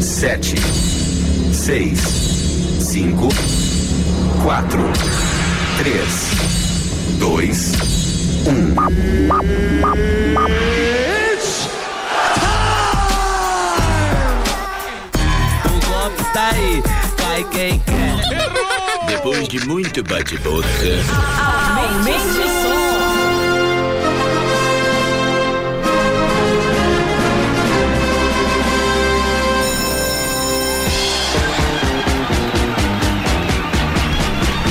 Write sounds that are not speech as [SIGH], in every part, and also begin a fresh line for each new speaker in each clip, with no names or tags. sete, seis, cinco, quatro, três, dois, um.
O golpe está tá aí, cai quem quer.
Depois de muito bate-boca,
Aumente o som.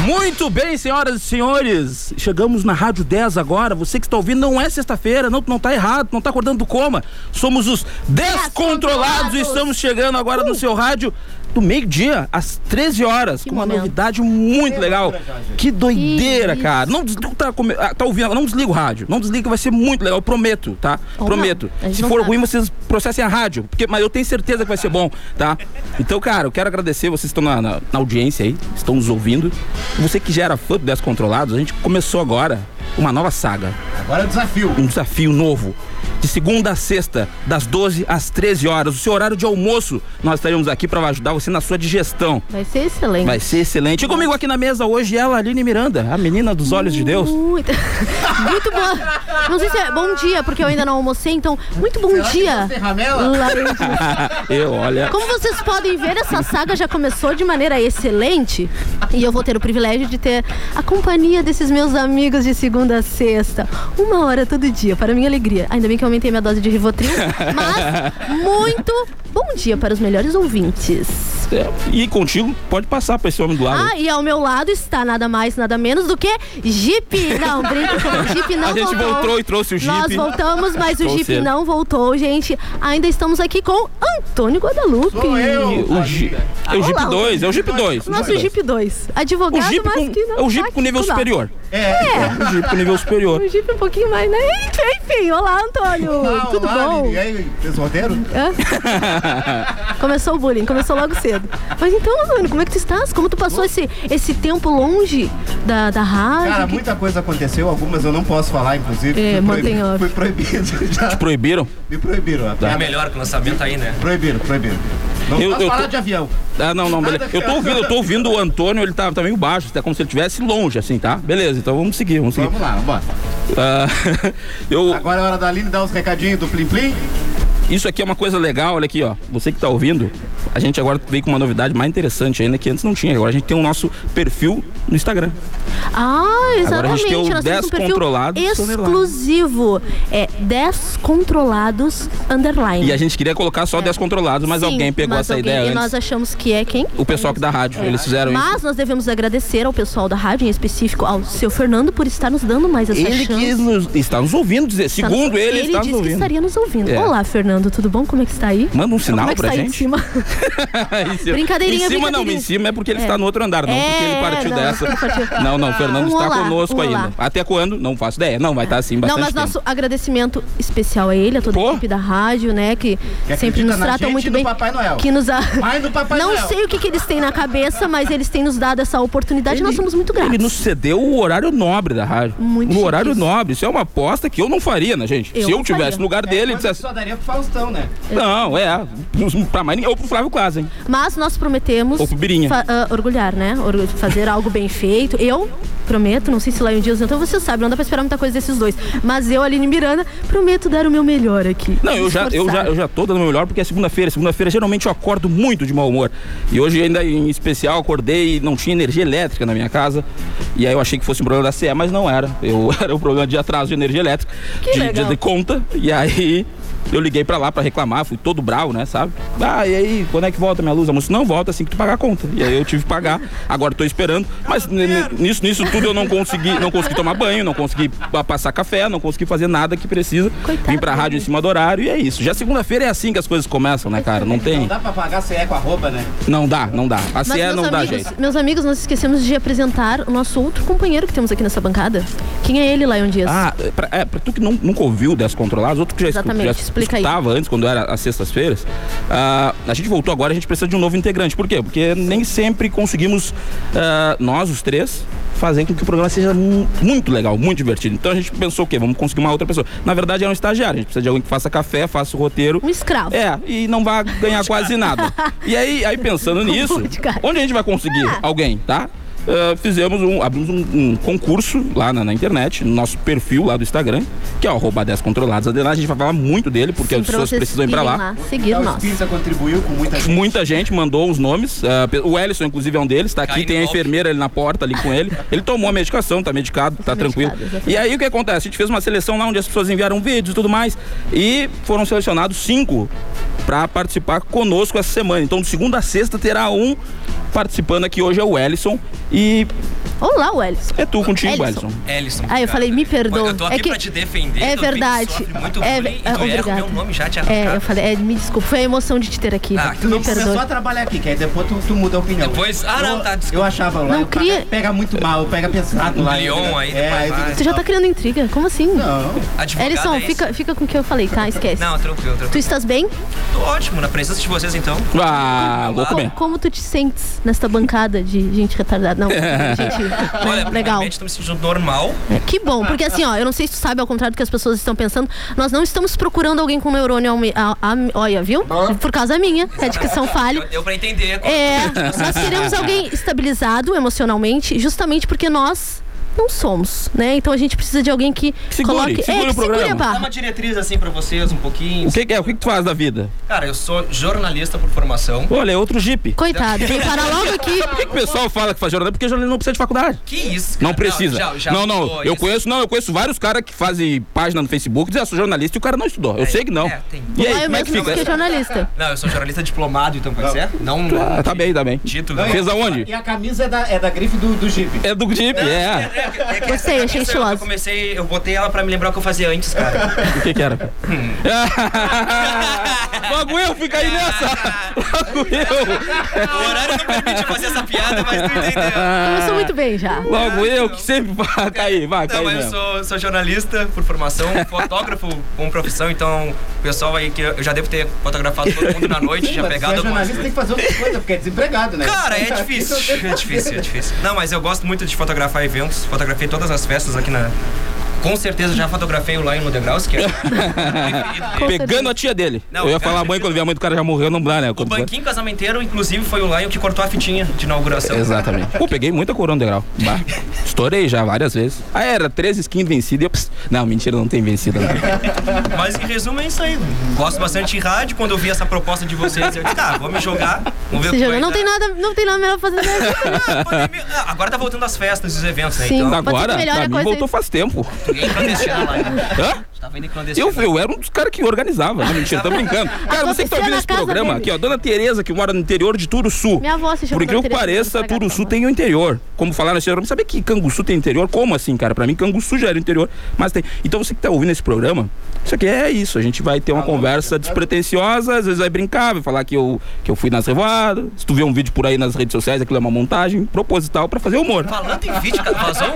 Muito bem, senhoras e senhores. Chegamos na Rádio 10 agora. Você que está ouvindo, não é sexta-feira, não, não tá errado, não tá acordando do coma. Somos os descontrolados e estamos chegando agora no seu rádio do meio-dia às 13 horas, com uma
momento.
novidade muito legal. Que doideira, cara. Não des- não tá, come- ah, tá ouvindo, não desliga o rádio. Não desliga, que vai ser muito legal, eu prometo, tá?
Ou
prometo.
não, a gente
Se
não
for
sabe.
ruim, vocês processem a rádio, porque, mas eu tenho certeza que vai ser bom, tá? Então, cara, eu quero agradecer, vocês que estão na, na- na audiência aí, estão nos ouvindo. Você que já era fã do Descontrolados, a gente começou agora uma nova saga,
Agora é o desafio.
um desafio novo. De segunda a sexta, das 12 às 13 horas, o seu horário de almoço, nós estaremos aqui para ajudar você na sua digestão.
Vai ser excelente.
Vai ser excelente. E comigo aqui na mesa hoje ela, Aline Miranda, a menina dos olhos de Deus.
Muito, [LAUGHS] muito bom. Não sei se é bom dia, porque eu ainda não almocei, então, muito bom dia.
Ferramela?
Laranja.
eu, olha.
Como vocês podem ver, essa saga já começou de maneira excelente e eu vou ter o privilégio de ter a companhia desses meus amigos de segunda a sexta. Uma hora todo dia, para minha alegria. Ainda bem que eu aumentei minha dose de Rivotril, mas muito bom dia para os melhores ouvintes.
E contigo, pode passar pra esse homem do lado.
Ah, e ao meu lado está nada mais, nada menos do que Jeep. Não, brinca, o Jeep não
a gente
voltou.
voltou e trouxe o
Então Nós
Jeep.
voltamos, mas o
Trouxe
Jeep
ele.
não voltou, gente. Ainda estamos aqui com Antônio Guadalupe.
Sou eu.
O Jeep, é o Jeep
Olá,
2, é o Jeep 2.
Nosso Jeep 2. Advogado,
O Jeep
mas que não
com, é o Jeep
tá
com nível
aqui, não.
superior.
É.
O Jeep com nível superior.
O Jeep um pouquinho mais, né? Enfim, olá, Antônio.
Olá,
Tudo
olá,
bom?
Lili. Tá E aí, fez o roteiro?
Começou o bullying, começou logo cedo. Mas então, Antônio, como é que tu estás? Como tu passou esse, esse tempo longe da, da rádio?
Cara,
Que-
muita coisa aconteceu, algumas eu não posso falar, inclusive.
É,
Fui proibi-
mantém off.
Fui proibido [LAUGHS] já.
Proibiram?
Me proibibiram. ó.
Tá.
É melhor que o lançamento aí, né?
Proibiram, proibiram. Não
Eu-
posso
eu
falar
tô-
de avião.
Ah, não, não, beleza. Eu tô ouvindo, eu tô ouvindo o Antônio, ele tá, tá meio baixo, tá como se ele estivesse longe, assim, tá? Beleza, então vamos seguir, vamos seguir.
Vamos lá, vamos.
Ah, [LAUGHS] eu,
Agora é hora da Aline dar os recadinhos do Plim Plim.
Isso aqui é uma coisa legal, olha aqui, ó. Você que tá ouvindo, a gente agora veio com uma novidade mais interessante ainda que antes não tinha. Agora a gente tem o nosso perfil no Instagram.
Ah,
Agora a gente
exatamente.
tem o
Nós temos um perfil
Descontrolados
exclusivo. É descontrolados underline.
E a gente queria colocar só descontrolados, mas
É. Sim,
alguém pegou
mas
essa
alguém-
ideia
E nós
antes.
achamos que é quem?
O pessoal que da rádio, eles fizeram isso.
É. Mas nós devemos agradecer ao pessoal da rádio, em específico ao seu Fernando, por estar nos dando mais essa
Ele
chance.
que nos- está nos ouvindo dizer,
Está-
segundo ele, está
disse
nos
que
ouvindo.
estaria nos ouvindo.
É.
Olá, Fernando, tudo bom? Como é que está aí?
Manda um sinal
Como é que
pra
está aí em
gente. [LAUGHS]
cima?
Em cima-
Brincadeirinha,
Em cima não,
brincadeirinha.
em cima é porque ele
É.
está no outro andar, não porque ele
É,
partiu
não,
dessa.
ele partiu.
Não, não, o Fernando
Um
está
olá,
conosco
um
ainda.
olá.
Até quando? Não faço ideia. Não, vai estar assim
Não,
bastante
mas
tempo.
nosso agradecimento especial a ele, a toda
Pô.
a equipe da rádio, né? Que, sempre
acredita
nos
na
tratam
gente e
muito
no
bem.
Papai Noel.
Que nos a...
Vai no Papai
Não
Noel.
sei o que, que eles têm na cabeça, mas eles têm nos dado essa oportunidade e nós somos muito gratos.
Ele nos cedeu o horário nobre da rádio.
Muito
o
chique
horário
isso.
nobre. Isso é uma aposta que eu não faria, né, gente?
Eu
Se eu
não
tivesse
faria.
no lugar dele,
É,
ele dissesse.
Só daria pro Faustão, né?
Não, é. Pra mais ninguém. Ou pro Flávio Quase, hein?
Mas nós prometemos
Ô, Birinha.
fa- ah, orgulhar, né? Orgu- fazer algo bem feito. Eu prometo, não sei se lá um dia então você sabe, não dá pra esperar muita coisa desses dois. Mas eu, Aline Miranda, prometo dar o meu melhor aqui.
Não, eu já, eu, já, eu já tô dando o meu melhor porque é segunda-feira. Segunda-feira geralmente eu acordo muito de mau humor. E hoje ainda em especial acordei e não tinha energia elétrica na minha casa. E aí eu achei que fosse um problema da CE, mas não era. Eu [LAUGHS] era um problema de atraso de energia elétrica,
Que
de, de,
legal.
de conta. E aí eu liguei pra lá pra reclamar, fui todo bravo, né, sabe? Ah, e aí, quando é que volta minha luz? A moça, não volta assim que tu pagar a conta. E aí eu tive que pagar. Agora tô esperando, mas n- n- nisso nisso tudo eu não consegui, não consegui tomar banho, não consegui pa- passar café, não consegui fazer nada que precisa.
Coitado
Vim pra
dele.
rádio em cima do horário e é isso. Já segunda-feira é assim que as coisas começam, né, cara? Não
Não
tem.
dá pra pagar CE com arroba, né?
Não dá, não dá. A
Mas,
CE
meus
é, não dá
amigos,
jeito.
meus amigos, nós esquecemos de apresentar o nosso outro companheiro que temos aqui nessa bancada, Quem é ele, Lion Dias?
Ah, é pra, é, pra tu que não, nunca ouviu Descontrolados, outro que já, escu-
Exatamente,
já
explica aí.
escutava antes, quando era às sextas-feiras, ah, a gente voltou agora, a gente precisa de um novo integrante. Por quê? Porque nem sempre conseguimos, ah, nós os três, fazer com que o programa seja mu- muito legal, muito divertido. Então a gente pensou o quê? Vamos conseguir uma outra pessoa. Na verdade, é um estagiário, a gente precisa de alguém que faça café, faça o roteiro.
um escravo.
É, e não vai ganhar quase nada. E aí, aí pensando
Com
nisso,
[LAUGHS] muito cara. É.
onde a gente vai conseguir alguém, tá? Ah, fizemos um, abrimos um, um concurso lá na, na internet, no nosso perfil lá do Instagram, que é o arroba 10 controlados. Adelar, a gente vai falar muito dele, porque
Sim,
as
pra
é pessoas
vocês
precisam ir pra
irem
lá.
Seguir
É
Tá, O
nós.
Espírita contribuiu com muita gente.
Muita gente mandou os nomes. ah, pe- o Ellison, inclusive, é um deles, tá aqui,
Caindo
tem a
golpe.
enfermeira ali na porta ali com ele. Ele tomou a medicação, tá medicado, tá tranquilo.
medicado, exatamente.
E aí o que acontece? A gente fez uma seleção lá onde as pessoas enviaram vídeos e tudo mais. E foram selecionados cinco pra participar conosco essa semana. Então, de segunda a sexta, terá um participando aqui hoje, é o Ellison. E
Olá, Wellison.
é tu contigo,
Ellison.
Ellison.
Ellison.
Ah, eu falei, me perdoa.
Eu tô aqui
É que-
pra te defender. tu
é
também
verdade.
sofre Muito
É-
bullying, e
é,
tu erra o
obrigado.
meu nome já te
É, eu
arrancaram.
falei, é, me desculpa, foi a emoção de te ter aqui.
Ah,
Tu
me
não começou
perdoa.
a trabalhar aqui, que aí depois tu, tu muda a opinião.
Depois- ah, não,
Eu-
tá, desculpa.
Eu achava lá.
Não,
eu-
cria-
Pega muito mal, pega pesado lá.
Leon
entendeu?
aí,
é,
depois
aí
vai.
fica-
Tu já tá criando intriga? Como assim?
Não.
Advogado
Ellison,
é esse?
fica, fica com o que eu falei, tá? Esquece.
Não, tranquilo, tranquilo.
Tu estás bem?
Tô ótimo, na presença de vocês então.
Ah,
Tá
louco
Como,
mesmo.
como tu te sentes nesta bancada de gente
[LAUGHS]
retardada? Não, gente né, legal.
primeiramente, tô me sentindo normal.
Que bom, porque assim, ó, eu não sei se tu sabe, ao contrário do que as pessoas estão pensando, nós não estamos procurando alguém com neurônio. alme- a- a- Olha, viu? Por causa minha, é dicção falha.
Deu, deu pra entender.
É,
[LAUGHS]
nós queremos alguém estabilizado emocionalmente, justamente porque nós não somos, né? Então a gente precisa de alguém que
segure,
coloque.
segure
é, que
o programa.
segure a
Dá
barra.
uma diretriz assim pra vocês, um pouquinho.
O que, que é? O que, que tu faz da vida?
Cara, eu sou jornalista por formação.
Olha, é outro Jeep.
Coitado, vem parar logo aqui.
Por que, que o pessoal fala que faz jornalismo? Porque jornalismo não precisa de faculdade.
Que isso? cara?
Não precisa.
já- já
não, não.
mudou
Eu
isso.
conheço, não, eu conheço vários caras que fazem página no Facebook, dizem, ah, sou jornalista e o cara não estudou. Eu sei que não.
é, tem.
E aí,
Ah, eu
como é que
mesmo
fica?
que é jornalista.
Não, eu sou jornalista diplomado, então pode ser? Não.
Ah, tá bem, tá bem.
Título.
Fez aonde?
E a camisa é da, é da grife do, do Jeep.
É do Jeep, é.
É, que- é que essa
Gostei, achei
camisa eu-
estilosa.
Eu comecei, eu botei ela pra me lembrar o que eu fazia
[LAUGHS]
antes, cara.
[LAUGHS] O que que era?
Hum.
[LAUGHS] Logo eu, fica
Ah.
aí nessa. Logo eu.
o horário não permite eu fazer essa piada, mas
[LAUGHS]
tu entendeu.
Começou muito bem já.
Logo eu, que sempre vai cair, vai,
É. Não, mas
cai
Então, eu
mesmo.
sou, sou jornalista por formação, fotógrafo com profissão, então o pessoal aí que eu já devo ter fotografado todo mundo
[LAUGHS]
na noite, já
Mas se é
pegado algumas
jornalista, tem que fazer outra coisa, porque é desempregado, né? [LAUGHS]
Cara, é difícil. É difícil, é difícil. Não, mas eu gosto muito de fotografar eventos. Fotografei todas as festas aqui na. Com certeza já fotografei o Lion no Degraus, que
[LAUGHS]
é. o preferido dele.
Pegando a tia dele.
Não,
eu ia
cara,
falar a mãe
eu-
quando vi a mãe do cara já morreu, não dá, né?
o
Quando-
banquinho casamenteiro, inclusive, foi o Lion que cortou a fitinha de inauguração.
Exatamente. Pô, peguei muita coroa no degrau. Bah, Estourei já várias vezes. Ah, era 13 skins vencida e eu. pss, Não, mentira, não tem vencida. Não.
Mas em resumo é isso aí. Gosto bastante de rádio. Quando eu vi essa proposta de vocês, eu disse, tá, vou me jogar. Vamos ver o
Se
que
joga.
vai
Não
dar.
tem nada, não tem nada melhor pra fazer. né?
Ah, pandemia- ah, Agora tá voltando as festas e os eventos, né?
Sim.
Então,
Pode ser que
Agora,
melhore a
pra mim,
coisa
voltou
aí.
faz tempo.
ninguém clandestino lá. né?
Tá. Hã?
Tá vendo clandestino?
Eu, eu era um dos caras que organizava. Não, mentira, tô
[LAUGHS]
brincando. Cara, você que
Acontecia
tá ouvindo
na
esse
casa
programa
dele.
aqui, ó. Dona Tereza, que mora no interior de Turuçu.
Minha avó se chama
Por incrível que
Dona Tereza,
pareça,
pra cá,
Turuçu
tá?
tem o interior. Como falaram esse programa, sabe que Canguçu tem interior? Como assim, cara? Pra mim, Canguçu já era interior. Mas tem. Então você que tá ouvindo esse programa, isso aqui é isso. A gente vai ter uma conversa despretensiosa, às vezes vai brincar, vai falar que eu, que eu fui nas revoadas. Se tu vê um vídeo por aí nas redes sociais, aquilo é uma montagem proposital pra fazer humor.
Falando em vídeo, cara, vazou um,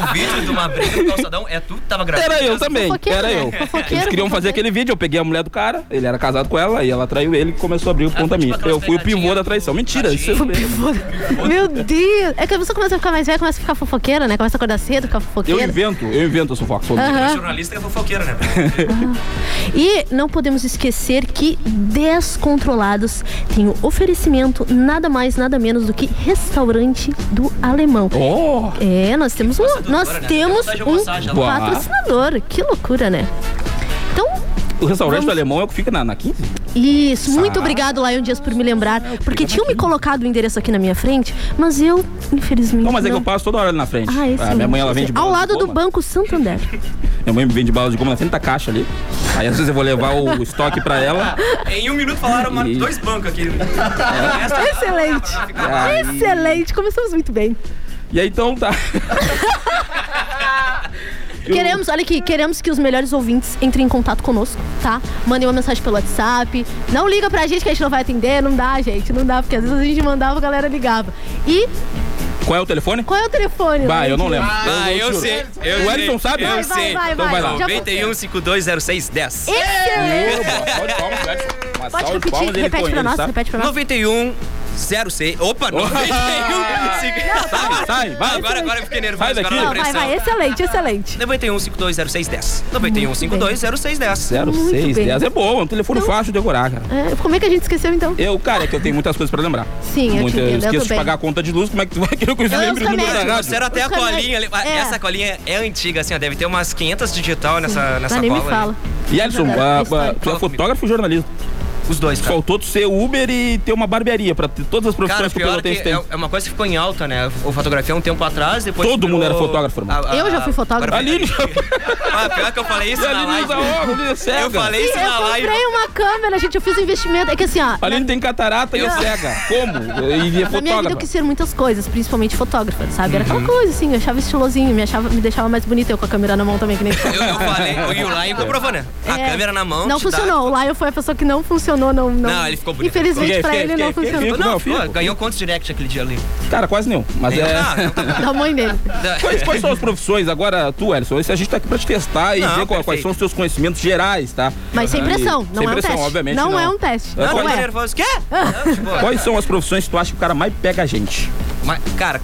um vídeo de uma briga no calçadão. É tu que tava gravando?
Era eu também,
Fofoqueiro,
era
né?
eu.
Fofoqueiro,
Eles queriam fazer
fofoqueiro.
aquele vídeo, eu peguei a mulher do cara, ele era casado com ela, e ela traiu ele e começou a abrir o ponto a
tipo
mim.
aquelas
Eu fui o pivô
pegadinhas
da traição.
do-
Mentira, isso é
[LAUGHS] Meu Deus! É que a pessoa começa a ficar mais velha, começa a ficar fofoqueira, né? Começa a acordar cedo, ficar
Eu
fofoqueira.
invento, eu invento a fofoca. sou louco.
O jornalista é fofoqueiro, né?
E não podemos esquecer que Descontrolados tem o oferecimento nada mais, nada menos do que restaurante do alemão.
Oh!
É, nós temos um, nós
né?
temos
Vontade de
um
almoçar já.
Boa.
patrocinador. Que loucura, né? Então,
O restaurante
Vamos-
do alemão é o que fica na, na 15?
isso, muito
Ah.
obrigado, Lion Dias, por me lembrar. Porque tinham me colocado o endereço aqui na minha frente, mas eu, infelizmente.
Não, mas é que
não.
eu passo toda hora ali na frente.
Ah, esse
Ah, minha mãe ela vende
Ao
bala de
lado do
goma.
Banco
[LAUGHS]
Santander.
Minha mãe vende bala de goma na frente da caixa ali. Aí às vezes eu vou levar o estoque pra ela.
Em um minuto falaram uma-
E-
dois bancos aqui. O resto-
Excelente.
Ai.
Excelente. Começamos muito bem.
E aí então tá. Eu-
Queremos, olha aqui, queremos que os melhores ouvintes entrem em contato conosco, tá? Mandem uma mensagem pelo WhatsApp. Não liga pra gente que a gente não vai atender. Não dá, gente. Não dá, porque às vezes a gente mandava, a galera ligava. E
Qual é o telefone?
Qual é o telefone?
Bah, eu não
Valentim?
lembro.
Ah, eu
juro.
sei. Eu
O
sei,
Edson sabe?
Eu
Vai, vai,
sei.
vai,
Então
vai.
vai lá.
Já
91 5206 10.
Excelente!
Pode palmas, Edson. Uma
É. Pode
salva de palmas,
repetir,
ele
repete pra
conhece,
nós,
tá?
repete pra nós.
91 06. um Opa, 91
Sai, sai, vai.
Agora, agora eu fiquei nervoso.
Sai
agora
daqui.
dá
Não, vai,
pressão.
vai, excelente, excelente.
91 5206 10. 91 5206 10.
06,
bem.
10 é boa, é um telefone
Então-
fácil de decorar, cara.
É, como é que a gente esqueceu então?
Eu, cara, é que eu tenho muitas coisas pra lembrar.
Sim, eu te
Muita-
entendo, eu
esqueço
tô
de
bem.
pagar a conta de luz, como é que tu vai [LAUGHS] querer que eu
Eu
lembre o número da
também.
rádio?
Trouxeram até a
Os canais-
colinha. ali. Ah,
É.
Essa colinha é antiga, assim, ó. Deve ter umas 500 digital nessa, nessa
Mas nem me
cola.
fala.
ali.
né? E Alisson,
É
ah,
verdade,
ah,
é
tu é
história.
fotógrafo e jornalista.
Os dois, cara.
Faltou tu ser Uber e ter uma barbearia pra ter todas as
Cara,
profissões que o
pior que
Pelotense
é
tem.
é uma coisa que ficou em alta, né? O fotografia um tempo atrás, depois.
Todo mundo
virou-
era fotógrafo, irmão.
A- a-
Eu já fui fotógrafo.
barbearia.
Aline,
[LAUGHS] Ah, pior que eu falei isso na
Aline
live.
usa óculos, é cega.
Eu falei
Ih,
isso na
eu
live.
comprei uma câmera, gente, eu fiz um investimento. É que assim, ó,
Aline tem catarata e é
Eu-
cega.
[LAUGHS]
Como? E é
na minha vida eu
fotógrafa.
quis ser muitas coisas, principalmente fotógrafa, sabe? Era
Uhum.
aquela coisa assim, eu achava estilosinho, me, achava, me deixava mais bonita eu com a câmera na mão também, que nem tu
[LAUGHS] Eu, eu falei, o Gil lá e comprovou, né? A
É.
câmera na mão.
Não
te dá-
funcionou. O Lion foi a pessoa que não funcionou, não. Não,
Não, ele ficou bonito.
Infelizmente
Fiquei,
pra
fiquei,
ele não
fiquei, fiquei.
funcionou.
Não,
Não,
filho.
pô, ganhou quantos direct aquele dia ali?
Cara, quase nenhum. Mas é.
Ah, não, tá-
Da mãe dele.
[LAUGHS] Quais, quais são as profissões agora, tu, Elson? Esse- A gente tá aqui pra te testar e
Não,
ver qual- quais
perfeito.
são os teus conhecimentos gerais, tá?
Mas sem
E-
pressão. Não
sem
é um
pressão,
teste.
obviamente.
não, é um teste.
Não,
Não,
Não, não,
Qual
tô
é.
nervoso.
[LAUGHS]
Quê? Não, tipo,
Quais são as profissões que tu acha que o cara mais pega a gente?
mas, cara,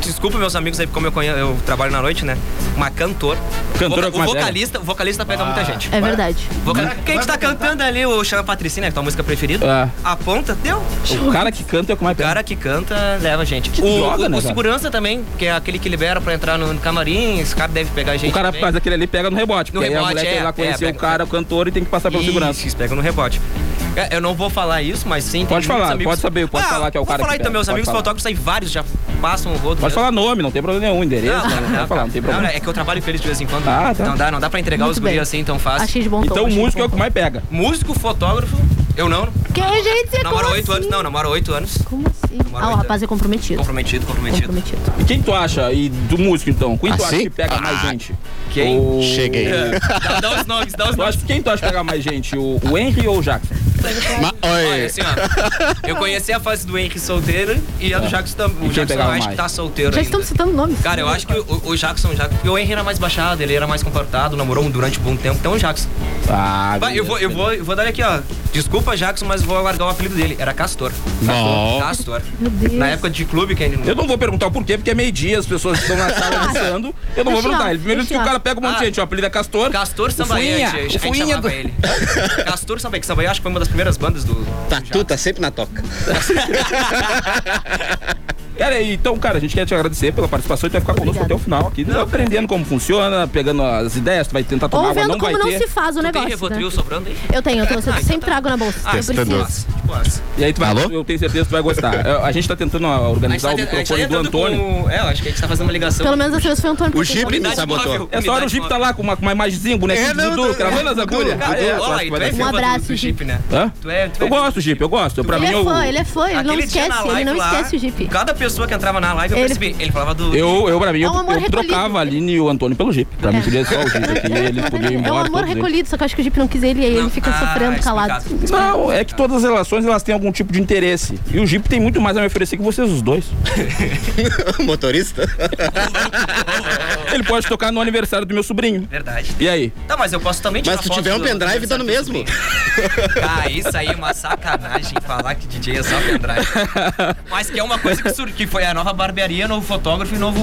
desculpa meus amigos aí, como eu, conhe- eu trabalho na noite, né? Mas cantor.
Cantor é o que
o
mais Ah. pega.
vocalista, o vocalista pega muita gente.
É verdade.
Vocal... Quem que tá cantando ali, o Xana Patricina, que é a tua música preferida?
Ah.
Aponta, deu.
O cara que canta é o que mais
O
pega.
cara que canta leva a gente.
Que
o
droga,
o-
né,
o
cara?
segurança também, que é aquele que libera pra entrar no, no camarim, esse cara deve pegar a gente.
O cara por
também.
causa daquele ali pega no rebote.
No
porque aí a
rebote,
mulher
é,
quer ir lá
é,
conhecer o
pega-
cara, o cantor, e tem que passar pelo
Isso,
segurança.
Isso, pega no rebote. É, Eu não vou falar isso, mas sim. tem
Pode
muitos
falar, pode saber, pode falar que é o
vou
cara que
falar então,
pega,
meus
pode
amigos
falar.
fotógrafos aí, vários já passam o rodo.
Pode
mesmo.
falar nome, não tem problema nenhum, endereço, não, não, pode né? falar, não tem problema.
é que eu trabalho feliz de vez em quando.
Ah, tá.
Não dá, não dá pra entregar
Muito
os guri
bem.
assim tão fácil.
Achei de bom tom.
Então o
achei de
músico é
bom
o que mais pega.
Músico, fotógrafo, eu não.
tom. Que gente,
Namoro
você É como
há oito
assim?
anos, não, namoro há oito anos.
Como assim?
Namoro
Ah, o
oito
rapaz é comprometido.
Comprometido, comprometido.
Comprometido.
E quem tu acha, e do músico então, quem tu acha
Assim?
que pega mais
Ah,
gente?
quem?
O-
Cheguei.
É, Dá, dá os nomes, dá os
Tu
nomes.
acha, quem tu acha que pega mais gente, o, o Henry ou o Jackson?
Ma-
Olha,
Oi.
assim,
é.
ó, eu conheci a fase do Henrique solteiro e a do Jackson também. O Jackson
Tá. pegava
eu acho
mais?
que tá solteiro
Já
ainda.
estamos citando nomes.
Cara, eu acho que o, o Jackson, o Jackson, porque o Henry era mais baixado, ele era mais comportado, namorou durante um bom tempo, então o Jackson.
Ah,
Vai, eu vou, eu vou, eu vou dar aqui, ó. Desculpa, Jackson, mas vou largar o apelido dele. Era Castor.
Bom.
Castor.
Meu Deus.
Na época de clube, quem
Eu não vou perguntar o porquê, porque é meio-dia, as pessoas estão na sala almoçando. Eu não
Deixa
vou perguntar.
eu,
Ele primeiro disse
deixa
que o
eu.
cara pega um monte de
Ah.
gente, ó. O apelido é Castor.
Castor Sambaiante, a
O
gente
Fuinha. O
chamava
Fuinha.
ele. Castor Sambaiante, Sambaiante acho que foi uma das primeiras bandas
É um
do...
Tatu tá sempre na toca.
Cara, então, cara, a gente quer te agradecer pela participação e tu vai ficar conosco
Obrigada.
até o final aqui. Não, aprendendo como funciona, pegando as ideias, tu vai tentar tomar
Ou
água,
vendo
não vai
como não
ter.
se faz o
Tu tem
negócio.
Rivotril Ah, então
né?
sobrando aí?
Eu tenho, eu trouxe, eu
tá.
sempre trago na bolsa. Eu
Testando.
preciso.
Nossa, tipo essa.
E aí tu vai,
Alô?
eu tenho certeza que tu vai gostar. Eu- A gente tá tentando ó, organizar o
A gente tá- a gente tá
microfone do
entrando
Antônio.
com- É, eu acho que a gente tá fazendo uma ligação.
Então,
Pelo menos essa vez foi um o Antônio.
O
porque
Jeep
sabe-
me sabotou.
móvel.
Essa hora o Jeep tá lá com uma, com uma imagenzinha, um bonequinho
É,
do
não,
Dudu,
não,
cravando
é,
as
Dudu,
agulhas.
Dudu,
Ah, é, eu
Olá,
acho que
e tu é
Um
vai dar
fã
certo.
do-
abraço,
do Jeep,
Jeep.
né?
Hã?
Tu é, tu é
Eu gosto do Jeep, eu gosto. Pra mim
Ele
é
é
o.
fã, ele é fã, ele não
Aquele dia na
esquece, ele
live
não
lá,
esquece o Jeep.
Cada pessoa que entrava na live, eu
Ele-
percebi. Ele falava do...
Eu, eu, pra mim,
É
eu,
um amor
eu trocava
recolhido.
a Aline e o Antônio pelo Jeep. Pra mim, seria só o Jeep aqui,
[LAUGHS]
eles podiam ir
É um
embora.
amor
todos eles.
recolhido, só que eu acho que o Jeep não quis ele e aí
Não,
ele fica
ah,
sofrendo
explicado.
calado.
Não, é que todas as relações elas têm algum tipo de interesse. E o Jeep tem muito mais a me oferecer que vocês os dois.
[LAUGHS] Motorista?
Ele pode tocar no aniversário do meu sobrinho.
Verdade.
E aí?
Tá, mas eu posso também tirar
Mas se
foto
tiver um
do-
pendrive,
do
dá no mesmo.
Ah, isso aí é uma sacanagem falar que DJ é só pendrive. Mas que é uma coisa que surgiu, que foi a nova barbearia, novo fotógrafo e novo...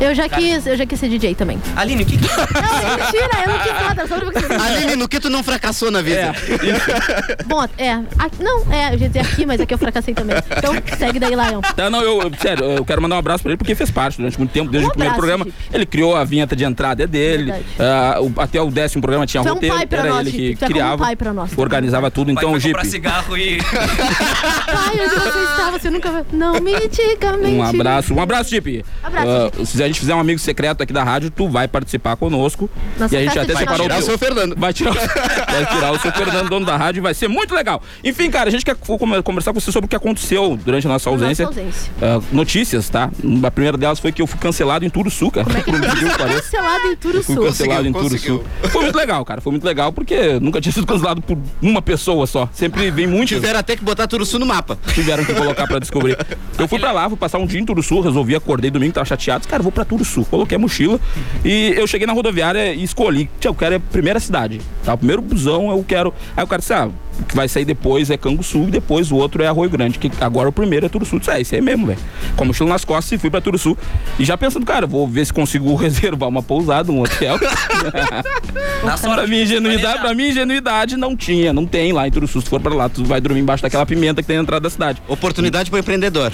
Eu já quis, eu já quis ser DJ
[LAUGHS]
também.
Aline, o que é? que...
Não, mentira, eu não quis nada, só pra você.
Aline, no que tu não fracassou na
É.
É.
vida?
Bom, é. aqui- não, é, eu ia dizer aqui, mas aqui eu fracassei também. Então segue daí, Lion.
Tá, não, eu, eu- sério, eu quero mandar um abraço pra ele, porque fez parte durante muito tempo, desde
Um
o primeiro
abraço,
programa. Ele criou a vinheta de entrada, é dele.
Verdade.
Ah, o- até o décimo programa tinha
Tu é um
roteiro,
pai pra
era
nós,
ele que
Jeep, tu é como um
criava,
pai pra nós.
organizava tudo.
Vai
Então,
foi comprar
Jeep,
cigarro
[LAUGHS]
e...
Pai, onde você está? Você nunca vai. Não me diga,
um
mentira.
abraço. Um abraço, Jeep.
Abraço,
Ah, se a gente fizer um amigo secreto aqui da rádio, tu vai participar conosco.
Nossa,
e a gente
festa
até
de
separou
Tirar o
teu- [LAUGHS]
seu Fernando.
Vai tirar, o- vai tirar o seu Fernando, dono da rádio, e vai ser muito legal. Enfim, Enfim, cara, a gente quer co- come- conversar com você sobre o que aconteceu durante a nossa ausência.
Nossa ausência.
Ah, notícias, tá? A primeira delas foi que eu fui cancelado em Turuçu, cara. [LAUGHS] Como é que
Cancelado em
Fui
Turuçu.
cancelado em
conseguiu.
Turuçu. Foi muito legal, cara. Foi muito legal porque nunca tinha sido cancelado por uma pessoa só. Sempre vem muitos.
Tiveram até que botar Turuçu no mapa.
tiveram que colocar pra descobrir. Eu fui pra lá, fui passar um dia em Turuçu, resolvi, acordei domingo, tava chateado. Cara, vou pra Turuçu. Coloquei a mochila e eu cheguei na rodoviária e escolhi. Tia, eu quero é a primeira cidade, tá? O primeiro busão eu quero. Aí o cara disse, ah, o que vai sair depois é Canguçu e depois o outro é Arroio Grande, que agora o primeiro é Turuçu. Eu Disse, é, isso aí mesmo, velho. Com a mochila nas costas e fui pra Turuçu. E já pensando, cara, vou ver se consigo [LAUGHS] reservar uma pousada, um hotel. Então,
Na
Pra minha ingenuidade, pra
mim.
minha ingenuidade não tinha, não tem lá em Turuçu. Se for pra lá, tu vai dormir embaixo daquela pimenta que tem na entrada da cidade.
Oportunidade pro empreendedor.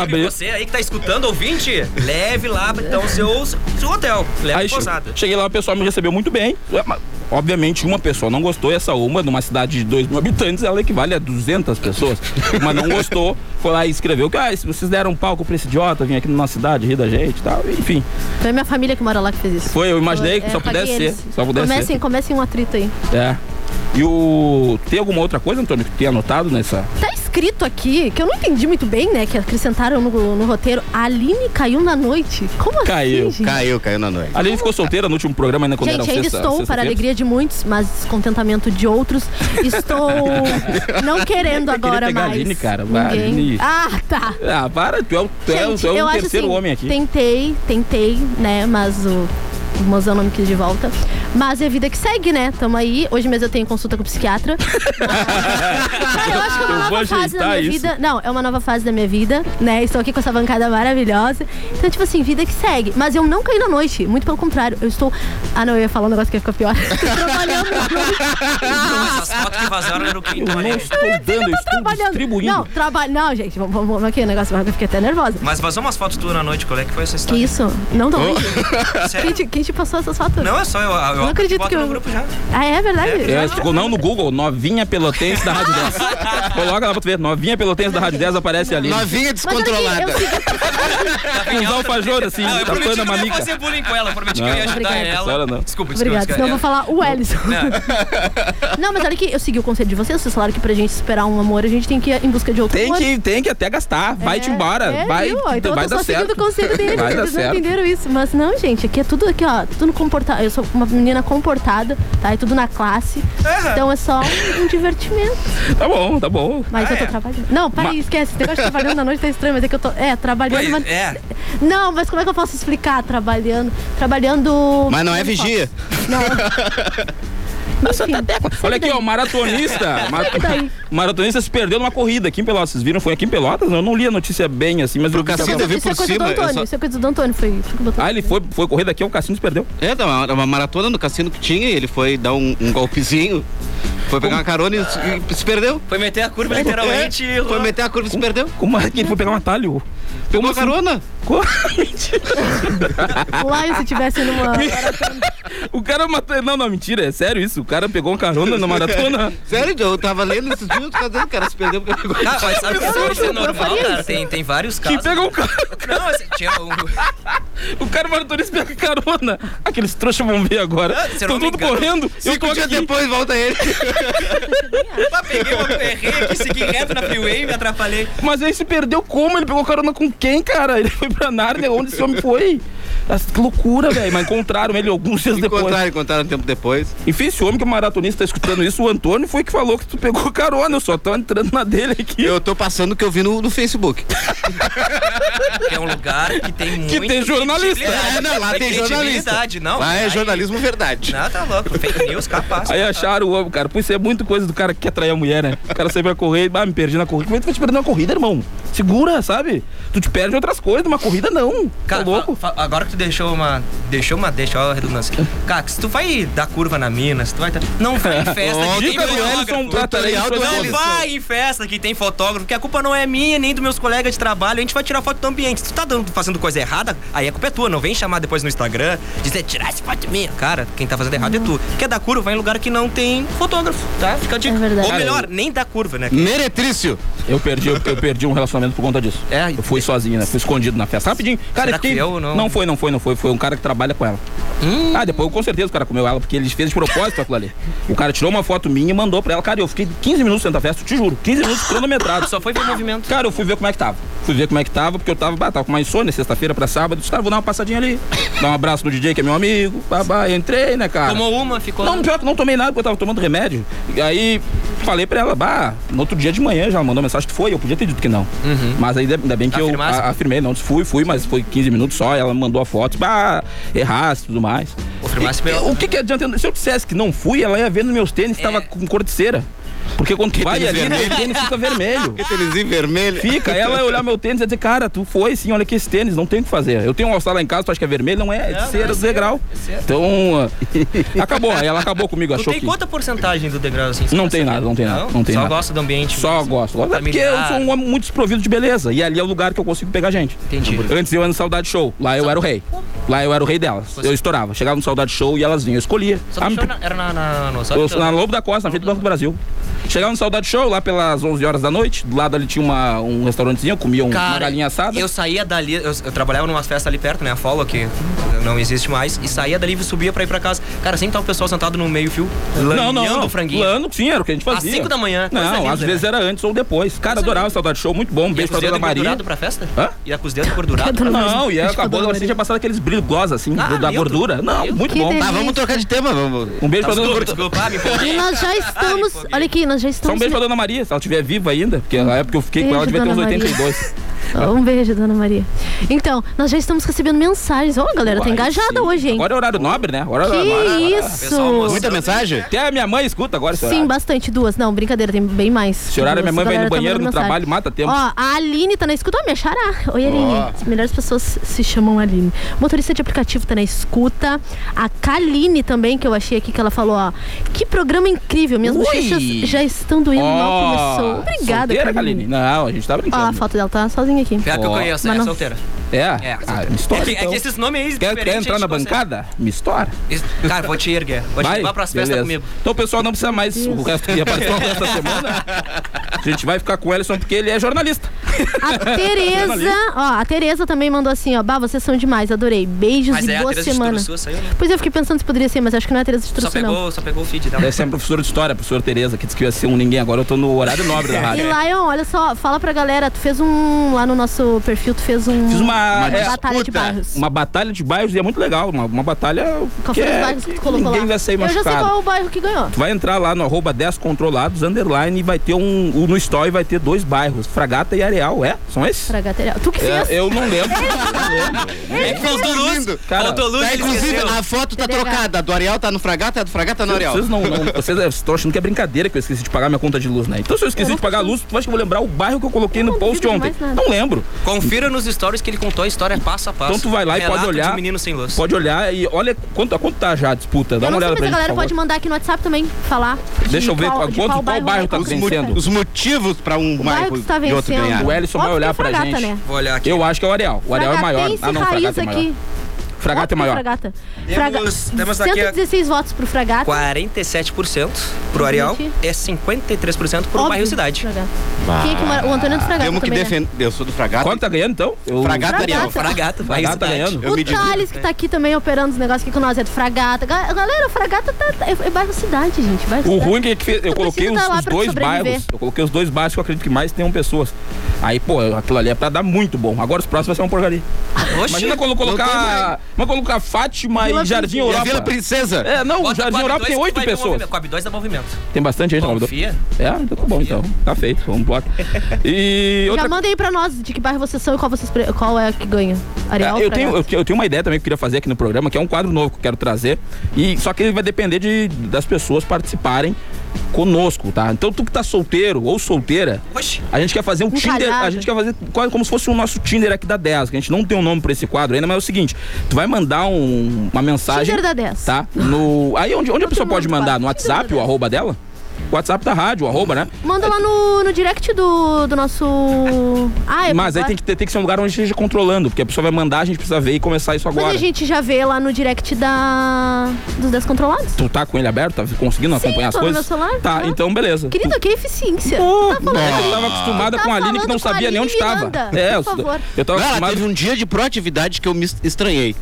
Abriu-
Você aí que tá escutando, ouvinte, leve lá então seu, seu hotel. Leve
Aí
a
che-
pousada.
cheguei lá, o pessoal me recebeu muito bem. Ué, mas, Obviamente, uma pessoa não gostou, e essa uma, numa cidade de 2 mil habitantes, ela equivale a 200 pessoas. mas não gostou, foi lá e escreveu que ah, se vocês deram um palco pra esse idiota, vim aqui na nossa cidade, rir da gente e tal. Enfim,
Foi a minha família que mora lá que fez isso.
foi, eu imaginei que
É,
só pudesse
paguei
ser.
eles.
Só pudesse
comecem, comecem um atrito aí.
ser. É. E o. Tem alguma outra coisa, Antônio, que tu tem anotado nessa?
Tá escrito aqui, que eu não entendi muito bem, né? Que acrescentaram no, no roteiro. A Aline caiu na noite. Como
Caiu,
assim, gente?
[LAUGHS] Caiu, caiu na noite.
Ali ele ficou solteira no último programa, né? Quando
Gente,
era
ainda
sexta-
estou, para
sexta-feira.
a alegria de muitos, mas descontentamento de
[LAUGHS]
outros, estou não querendo
Eu queria
agora
pegar a
mais.
Aline, cara. Vai,
Ninguém.
Aline.
Ah, tá.
Ah, para, tu é o, tu é, o- tu é
Gente, eu
o
acho
terceiro
assim,
homem aqui.
Tentei, tentei, né? Mas o, o mozão não me quis de volta. Mas é a vida que segue, né? Tamo aí. Hoje mesmo eu tenho consulta com o
[LAUGHS]
psiquiatra. Cara, eu acho que é
Eu
uma
vou
nova fase da
ajeitar
minha
isso.
vida. Não, é uma nova fase da minha vida, né? Estou aqui com essa bancada maravilhosa. Então, tipo assim, vida que segue. Mas eu não caí na noite. Muito pelo contrário. Eu estou. Ah, não, eu ia falar um negócio que ia ficar pior. [LAUGHS] Estou trabalhando.
[LAUGHS]
Essas fotos que vazaram eram o que
Eu não
Olha,
estou dando, eu estou
trabalhando.
distribuindo.
Não, trabalho. Não, gente, vamos, vamos, vamos aqui. O negócio eu fiquei até nervosa.
Mas vazou umas fotos tuas na noite, qual é que foi essa
Que
história?
isso? Não dou. Quem
Sério?
te, quem te passou essas fotos?
Não, é só eu. eu
Não acredito
boto
que eu-
no grupo já.
Ah, é verdade?
É, ficou não no Google, novinha pelotense da
[LAUGHS]
Rádio 10. Coloca lá pra tu ver, novinha pelotense da Rádio 10 aparece ali.
Novinha
Mas olha aqui,
descontrolada.
eu segui-
Com os alfajores assim,
é
Ah, eu prometi
tapando
que não ia
né,
a mamica.
fazer bullying com ela. Prometi que
Não.
eu ia ajudar
Obrigada.
ela.
Senhora, não.
Desculpa, desculpa.
Obrigada, senão eu vou falar o Ellison. [LAUGHS]
É,
Não, mas olha aqui, eu segui o conselho de vocês, vocês falaram que pra gente esperar um amor, a gente tem que ir em busca de outro
Tem
amor.
que, tem que até gastar, vai te
É,
embora,
é,
vai,
viu? Então
vai
eu tô
dar
só seguindo
certo.
o conselho deles,
Vai dar
eles não
certo.
entenderam isso. Mas não, gente, aqui é tudo aqui, ó, tudo no comportamento. Eu sou uma menina comportada, tá? É tudo na classe. Então é só um, um divertimento.
Tá bom, tá bom.
Mas
Ah,
eu tô
é.
trabalhando. Não, para aí, esquece. Esse negócio de trabalhando na noite tá estranho, mas é que eu tô. É, trabalhando,
Ué,
mas.
é.
Não, mas como é que eu posso explicar? Trabalhando. Trabalhando.
Mas não é vigia.
Nossa, tá até- Olha aqui, ó, o maratonista.
[LAUGHS]
ma-
daí.
O [LAUGHS] maratonista se perdeu numa corrida aqui em Pelotas. Vocês viram? Foi aqui em Pelotas? Eu não li a notícia bem assim, mas eu vi que
cacete,
tava-
eu vi
Isso é
por
coisa do
cima. eu
Antônio,
só-
isso é coisa do Antônio, foi. isso que botou.
Ah, ele foi, foi correr daqui, o cassino se perdeu.
É, era uma, era uma maratona no cassino que tinha e ele foi dar um, um golpezinho. Foi pegar uma carona e, se- e se perdeu.
Foi meter a curva literalmente.
É, Foi meter a curva e se perdeu.
Como é que ele foi pegar um atalho?
Pegou
assim?
uma carona.
Co- Mentira.
Lá se tivesse numa.
O cara matou. Não, não, mentira, é sério isso. O cara pegou uma carona
[LAUGHS]
na maratona.
Tá.
Sério, eu tava lendo esses dias, eu tava dizendo, cara, se perdeu porque pegou.
Ah, mas sabe que isso hoje é normal,
faria
cara?
isso.
Tem, tem vários
Que
casos.
pegou um cara.
Não, assim, tinha um.
O cara é maratonista pega carona. Aqueles trouxas vão ver agora.
Ah, se eu não
Estão
me
tudo
engano,
correndo. Eu tô
Cinco dias
aqui.
um depois volta ele.
Ah, peguei uma perreira aqui, segui reto na freeway, me atrapalhei.
Mas aí se perdeu como? Ele pegou carona com quem, cara? Ele foi pra Nárnia. Onde esse homem foi? Nossa, Que loucura, velho. Mas encontraram ele alguns dias depois.
Encontraram, encontraram um tempo depois.
Enfim, esse homem que é maratonista tá escutando isso, o Antônio foi que falou que tu pegou carona. Eu só tô entrando na dele aqui.
Eu tô passando o que eu vi no, no Facebook.
É um lugar que tem muito.
tem jornalista.
É, não, lá tem jornalista.
Não,
Lá é
aí-
jornalismo verdade.
Não, tá louco. Fake news, capaz.
Aí acharam o homem, cara. Pô, isso é muito coisa do cara que quer atrair a mulher, né? O cara sempre vai correr, ah, me perdi na corrida. Como é que tu vai te perder na corrida, irmão? Segura, sabe? Tu te perde em outras coisas, numa corrida não.
Cara, ah,
tá louco?
fa- fa- agora que tu deixou uma. Deixou uma. Deixou a redundância.
Hum.
Cara, se tu vai dar curva na mina, se tu vai. dar- Não
[LAUGHS]
vai em festa que tem
Dica do
fotógrafo.
Ellison pra atrair
Tutorial do
suas
Não
Ellison.
vai em festa que tem fotógrafo, porque a culpa não é minha nem dos meus colegas de trabalho. A gente vai tirar foto do ambiente. Se tu tá dando- fazendo coisa errada, aí a culpa é tua. Não vem chamar depois no Instagram, dizer, tirar essa foto minha. Cara, quem tá fazendo errado é tu. Quer dar curva, vai em lugar que não tem fotógrafo. Tá? Fica a dica.
É verdade.
Ou melhor, nem dá curva, né?
Hum.
Meretrício.
Eu perdi, eu, eu perdi um relacionamento por conta disso.
É,
Eu fui sozinho, né? Fui escondido na festa. Rapidinho. Cara,
Será
eu fiquei-
que fui eu ou não? Hum.
foi, não foi, não foi. Foi um cara que trabalha com ela. Ah, depois com certeza o cara comeu ela, porque ele fez de propósito aquilo ali. O cara tirou uma foto minha e mandou pra ela. Cara, eu fiquei 15 minutos dentro da festa, te juro. 15 minutos cronometrado.
Só foi ver o movimento.
Cara, eu fui ver como é que tava. Fui ver como é que tava, porque eu tava, ah, tava com uma insônia sexta-feira pra sábado. Disse, cara, vou dar uma passadinha ali. [COUGHS] Dar um abraço no DJ, que é meu amigo. Babá, entrei, né, cara?
Tomou uma, ficou.
Não, pior que não tomei nada, porque eu tava tomando remédio. E aí falei pra ela, bah, no outro dia de manhã já ela mandou mensagem, tu foi, eu podia ter dito que não. Mas aí ainda bem que
Uhum. Afirmasse?
eu a- afirmei, não, disse, fui, fui, mas foi 15 minutos só, ela mandou a foto, bah, erraste e tudo mais.
Afirmasse
E-
mesmo.
O que que adianta? Se eu dissesse que não fui, ela ia ver nos meus tênis, que
É.
tava com cor de cera. Porque quando tu vai
tênis
ali, meu
vermelho?
tênis
[LAUGHS]
fica vermelho.
Tênisinho vermelho.
Fica, ela ia olhar meu tênis e ia dizer, cara, tu foi sim, olha que esse tênis, não tem o que fazer. Eu tenho um all lá em casa, tu acha que é vermelho? Não é, é de cera, de degrau. Então, ah, acabou, aí ela acabou comigo,
Tu
achou
tem
que...
quanta porcentagem do degrau assim?
Não tem nada, não tem nada, não tem
Só
nada.
gosta do ambiente.
Só
mesmo.
gosto. Agora, porque eu
Familiar.
sou um homem muito desprovido de beleza. E ali é o lugar que eu consigo pegar gente.
Entendi.
Antes eu era no Saudade Show. Lá eu era o rei. Lá eu era o rei delas. Eu estourava. Chegava no Saudade Show e elas vinham. Eu escolhia.
Só
Ah,
que
me-
o show na- era na, na, no- só
eu
que-
sou na Lobo da Costa, na frente do Banco do Brasil. Chegava no Saudade Show, lá pelas 11 horas da noite. Do lado ali tinha uma, um restaurantezinho, eu comia um- uma
Cara,
galinha assada.
Eu saía dali, eu, eu trabalhava numa festa ali perto, né? A Follow, que não existe mais. E saía dali e subia pra ir pra casa. Cara, sempre tava o pessoal sentado no meio-fio,
Não,
lanhando
não, não.
o franguinho.
Lano, sim, era o que a gente fazia.
cinco da manhã, coisa
Não,
linda,
às vezes
né?
era antes ou depois. Cara, adorava o Saudade Show, muito bom. Um
Ia
beijo
com
pra
os
Dona
dedos
Maria.
gordurados pra festa?
Hã? um
Ia com os dedos gordurados?
Dona Maria.
Não, e
Acho que
a
Dona
boca assim
Maria.
já passava aqueles brilhos gloss, assim,
Ah,
do- da
meu
gordura. Não, muito
Que
bom.
delícia.
Ah, vamos trocar de tema, vamos.
Um beijo pra Dona
Desculpa,
Maria.
desculpa, Ah, me empolguei.
E nós já estamos.
foguinho.
Olha aqui, nós já
Só um
estamos.
beijo pra Dona Maria, se ela estiver viva ainda, porque na época eu fiquei com
Beijo,
ela, devia ter uns
Dona Maria.
82.
Ó, um beijo, dona Maria. Então, nós já estamos recebendo mensagens. Ó, a galera, tá
Aí
engajada
sim.
hoje, hein?
Agora é horário nobre, né? Agora é
que
horário nobre.
Pessoal, almoço.
isso!
Muita mensagem?
Até a minha mãe escuta agora esse
Sim,
horário.
bastante, duas. Não, brincadeira, tem bem mais.
Esse horário minha
Duas.
mãe vai
A galera
no
tá
banheiro, no
mandando
trabalho,
mensagem.
mata tempo.
Ó, a Aline tá na escuta. Ó, minha xará. Oi, Aline. As melhores pessoas se chamam Aline. Motorista de aplicativo tá na escuta. A Kaline também, que eu achei aqui, que ela falou, ó. Que programa incrível. Minhas
Ui.
bochechas já estão doendo. mal começou. Obrigada,
solteira, Kaline.
Kaline.
Não, a gente tá
Ó, a
brincando.
foto dela tá sozinha aqui.
Pior que eu
Ó.
conheço, é
Mas não-
solteira.
é?
É,
Ah, me estoura,
É que, é
então.
que esses nomes aí.
Quer, quer
diferentes, a
entrar
gente
na
consegue.
bancada? Me estoura.
Isso- Cara, vou te erguer. Vou te levar pras festas
beleza.
comigo.
Então, pessoal, não precisa mais o resto que apareceu essa semana. A gente vai ficar com o Ellison porque ele é jornalista.
Tá
A Tereza, ó, a Tereza também mandou assim, ó, bah, vocês são demais, adorei. Beijos
Mas
e
é a
boa
Teresa de
semana.
Turuçu saiu, né?
Pois eu fiquei pensando se poderia ser, mas acho que não é a Tereza de
Só
Trusso, não.
pegou, só pegou o feed dela.
Deve ser uma professora é de história, a professora Tereza, que disse que ia ser um ninguém. Agora eu tô no horário nobre da
E
rádio.
Lion, olha só, fala pra galera, tu fez um. Lá no nosso perfil, tu fez um.
Fiz uma, é,
batalha de
disputa.
bairros.
uma batalha de bairros e é muito legal. Uma, uma batalha.
Qual
que
foi os
é-
bairros que tu colocou
ninguém
lá?
vai sair
eu já
machucado.
sei qual é o bairro que ganhou.
Tu vai entrar lá no arroba 10 controlados, underline, e vai ter um. o- No story vai ter dois bairros, Fragata e Areal. É? São esses?
Pra Gaterial. Tu que fez?
É, eu não
[LAUGHS]
lembro.
É que
Tá
faltou luz.
Cara,
Faltou luz,
Tá,
ele
inclusive,
esqueceu.
a foto tá
Delegado.
trocada. A do Ariel tá no Fragata, a do Fragata tá no Ariel.
Vocês não, não- vocês vocês estão achando que é brincadeira que eu esqueci de pagar minha conta de luz, né? Então se eu esqueci de pagar a luz, tu acha que eu vou lembrar o bairro que eu coloquei no
não
post
duvido de
ontem?
mais nada.
Não lembro.
Ah, Confira nos stories que ele contou a história passo a passo.
Então tu vai lá e pode
Relato
olhar.
De menino sem luz.
Pode olhar e olha quanto, a quanto tá já a disputa. Dá
eu
uma
não sei,
olhada
mas
pra
a
gente,
galera
por favor.
pode mandar aqui no WhatsApp também, falar. de
Deixa eu ver
qual,
qual-
de
quanto-
qual
qual bairro tá
vai
Os,
acontecer.
vencendo.
os motivos pra um
O bairro
bairro
que tu tá
e outro
vencendo.
ganhar.
O Ellison vai
Óbvio
olhar
que é
pra
fragata,
gente.
Né?
Vou olhar aqui.
Eu acho que é o Areal. O Areal é maior.
Fragatense
Ah, não,
raiz
Fragata é maior.
aqui.
Fragata é
Óbvio que
maior.
Fragata. Fraga...
Temos- temos aqui a-
116 votos pro Fragata.
47% pro Arial
Gente.
é 53% pro
Óbvio,
bairro Cidade.
Fragata. Quem é que mora? O Antônio é do Fragata
Temos que
também, né?
defender. Eu sou do Fragata.
Quanto tá ganhando então? Eu-
Fragata,
Fragata.
Ariel.
Fragata, bairro
Fragata
Cidade.
ganhando?
Eu me
O
divido.
Thales, que tá aqui também operando os negócios aqui com nós, é do Fragata. Ga- Galera, o Fragata tá, é, é bairro cidade, gente. Bairro
O
cidade.
ruim é que eu
Tu
coloquei
precisa
os,
estar tá lá
os
pra
dois
sobreviver.
bairros. Eu coloquei os dois bairros que eu acredito que mais tenham pessoas. Aí, pô, aquilo ali é pra dar muito bom. Agora os próximos vai ser uma porcaria.
Oxi.
Imagina quando colocar. Vamos colocar Fátima
Vila
e Jardim
Princesa.
E a Vila
Europa.
Princesa.
É, não,
Bota
o Jardim
Coab
Europa
2
tem
que
oito
vai ter
pessoas.
movimento. Coab 2 dá movimento.
Tem bastante gente, Salvador.
Confia.
É, então tá bom então. Tá feito, vamos embora. E
Já
outra
mandem aí pra nós de que bairro vocês são e qual, vocês, pre- qual é que ganha. Areal,
Ah, eu,
Fragata?
tenho, eu, eu tenho uma ideia também que eu queria fazer aqui no programa, que é um quadro novo que eu quero trazer. E, só que ele vai depender de, das pessoas participarem conosco, tá? Então tu que tá solteiro ou solteira,
Oxi.
a gente quer fazer um Tinder,
calhada.
a gente quer fazer quase como se fosse o nosso Tinder aqui da 10, que a gente não tem um nome pra esse quadro ainda, mas é o seguinte, tu vai mandar um- uma mensagem,
Tinder da 10.
tá? No, aí onde, onde a pessoa
Todo
pode
mundo
mandar?
fala,
No
Tinder da
WhatsApp, o
10.
arroba dela? WhatsApp da rádio, arroba, né?
Manda lá no, no direct do, do
[LAUGHS]
nosso. Ah, é
Mas aí
agora-
tem que, ter, tem que ser um lugar onde esteja controlando, porque a pessoa vai mandar, a gente precisa ver e começar isso
Mas
agora.
a gente já vê lá no direct da... dos descontrolados.
Tu tá com ele aberto? Tá conseguindo
Sim,
acompanhar as
tô no
coisas?
meu celular,
tá,
tá.
então beleza.
Querida, que eficiência. Tu
Pô,
tá falando
eu
aí.
tava acostumada
Tá
com a Aline que não
falando com a
sabia nem onde
Aline
estava.
Miranda,
É, eu,
por favor.
eu tava
Não, ela teve
acostumada.
um dia de proatividade que eu me estranhei.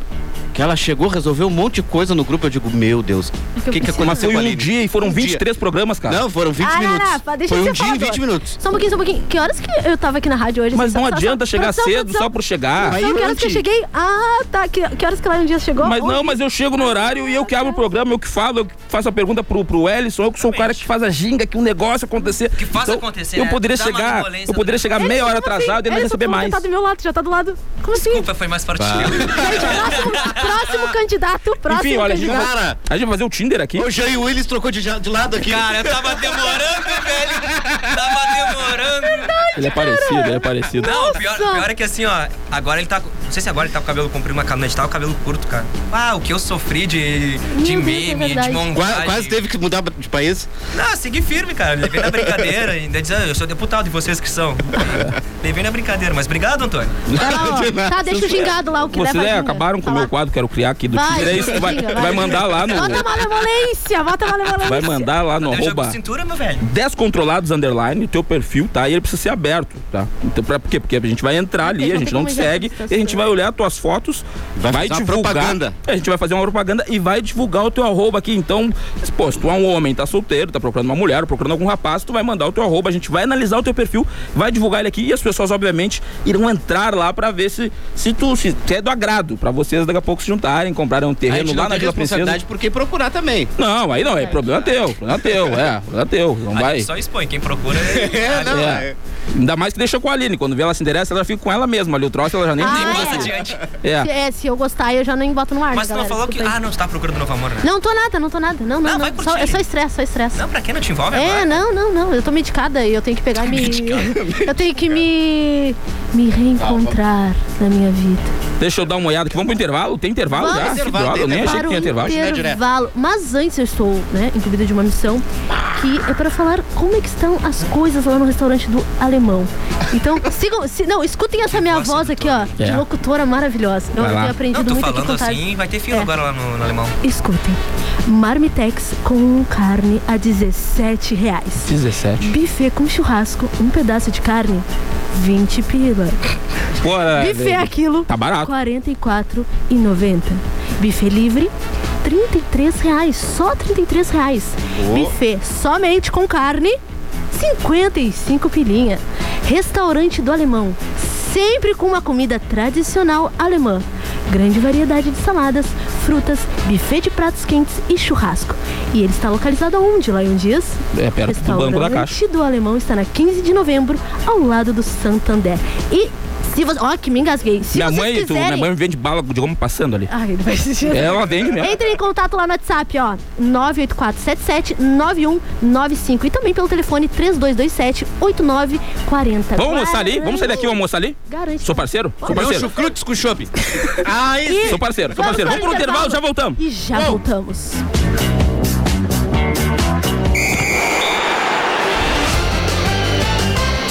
Que ela chegou, resolveu um monte de coisa no grupo. Eu digo, meu Deus, o que,
eu
que,
preciso.
aconteceu
Mas foi
com a
um
Aline?
dia e foram
Um
23 programas, cara.
Não, foram 20
Ah,
minutos.
Rafa, deixa
foi
eu
um
ser
dia e
faladora.
20 minutos.
Só um pouquinho, só um pouquinho. Que horas que eu tava aqui na rádio hoje?
Mas não
Só- só-
adianta
só-
chegar
produção,
cedo
produção.
só por chegar.
Aí,
Não, que horas que eu
Manti.
cheguei? Ah, tá. Que, que horas que lá um dia chegou?
Mas não,
Ontem.
mas eu chego no horário e eu que abro o programa, eu que falo, eu que faço a pergunta pro, pro Ellison, eu que sou o cara que faz a ginga, que um negócio acontecer. Então,
Que faz acontecer,
Eu
né?
poderia
Dá uma
chegar,
violência
eu poderia
do-
chegar
Ele
meia hora
tá assim,
atrasado e ainda
ele
receber
tá
mais.
Já tá do meu lado, já tá do lado. Como assim?
Desculpa, foi mais partilho.
Gente, próximo, próximo candidato, próximo
Enfim, olha, a gente,
candidato.
vai,
Cara!
a gente vai fazer o Tinder aqui.
O Jean e o Willis trocou de, de lado aqui.
Cara, eu tava demorando, velho. Tava demorando.
Ele é parecido, ele é parecido.
Não, o pior,
Nossa.
pior é que assim, ó, agora ele tá. com- Não sei se agora ele tá com o cabelo comprido, mas quando ele tava com o cabelo curto, cara. Ah, o que eu sofri de, de
Meu Deus, é
meme, de
verdade.
montagem.
Qua- quase teve que mudar de país.
Não, segui firme, cara. Levei na brincadeira. Ainda dizendo, eu sou deputado e vocês que são. Levei na brincadeira, mas obrigado, Antônio.
Tá, ó. Tá, deixa o gingado lá, o que
Vocês
leva
é,
ginga.
acabaram com o
Tá
meu
lá.
quadro, quero criar aqui do
Vai,
Tinder. É isso que vai,
diga,
vai
vai.
mandar lá no.
Bota uma malevolência, bota uma malevolência.
Vai mandar lá no
Eu jogo
arroba.
com cintura, meu velho.
Descontrolados Underline, o teu perfil, tá? E ele precisa ser aberto, tá? Então, pra por quê? Porque a gente vai entrar ali,
Não tem-
a
não
gente
tem
não
como
te
já
segue,
registrar
e a gente vai olhar tuas fotos, vai,
fazer uma
divulgar. É,
propaganda.
A gente vai fazer uma propaganda e vai divulgar o teu arroba aqui. Então, pô, se tu é um homem, tá solteiro, tá procurando uma mulher, procurando algum rapaz, tu vai mandar o teu arroba, a gente vai analisar o teu perfil, vai divulgar ele aqui e as pessoas, obviamente, irão entrar lá pra ver se, se tu se, se é do agrado, pra vocês daqui a pouco se juntarem, comprarem um
a
terreno
gente
lá
não
na
tem
Vila Princesa.
responsabilidade por que procurar também.
Não, aí não, é problema teu, problema teu, é, problema teu, não
A
vai.
gente Só expõe, quem
[LAUGHS]
procura é.
É, não,
É. Ainda mais que deixa com a Aline. Quando vê ela se endereça, ela fica com ela mesma. Ali o troço ela já nem
Ah,
Nem
liga.
passa
é.
adiante.
Se,
É.
é, se eu gostar, eu já nem boto no ar.
Mas tu não
galera,
falou que.
desculpa
Ah,
aí.
não, tu tá procurando novo amor, né?
Não tô nada, não tô nada. Não, não,
Não,
não.
vai
Só,
curtir.
é só estresse, só estresse.
Não, pra quem não te envolve
É,
agora?
não, não, não. Eu tô medicada e eu tenho que pegar e me. [LAUGHS] Eu tenho que me. me reencontrar na minha vida.
Deixa eu dar uma olhada aqui. Vamos pro intervalo? Tem intervalo
Vamos.
já? Que
Intervalo,
droga,
tem
eu nem achei que
Para o
tinha intervalo.
né, direto?
um intervalo. Mas antes eu estou, né, incumbida de uma missão que é pra falar como é que estão as coisas lá no restaurante do alemão. Então, sigam. se- não, escutem essa minha
Nossa,
voz aqui, ó. De
É.
locutora maravilhosa. Eu
Vai lá.
tenho
Não,
aprendido
tô
muito aqui
falando
com o Tarso.
assim, vai ter fila
É.
agora lá no, no alemão.
Escutem. Marmitex com carne a 17 reais.
17.
Buffet com churrasco, um pedaço de carne, 20 pila.
Pô, é,
Buffet
velho.
aquilo,
Tá barato.
44,90. Buffet livre, 33 reais. Só 33 reais. Buffet somente com carne, 55 pilinha. Restaurante do Alemão, sempre com uma comida tradicional alemã. Grande variedade de saladas, frutas, buffet de pratos quentes e churrasco. E ele está localizado aonde, Lion Dias?
É perto do banco da caixa.
Restaurante do Alemão está na 15 de novembro, ao lado do Santander. E se você. Ó, que me engasguei. Se
Minha
vocês
mãe, tu,
quiserem... Ah,
minha mãe É, vende bala de goma passando ali.
Ai, ele vai assistir.
Ela vende mesmo.
Entre em contato lá no WhatsApp, ó, 98477-9195 e também pelo telefone 3227-8940.
Vamos almoçar ali? Vamos sair daqui e
vamos.
almoçar ali?
Garante.
Sou parceiro? Sou
Meu
parceiro.
chucrutes com chope. Ai,
E-
Sou parceiro, sou parceiro. Vamos
para o
pro intervalo, já voltamos.
E já voltamos.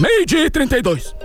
Meio dia e 32.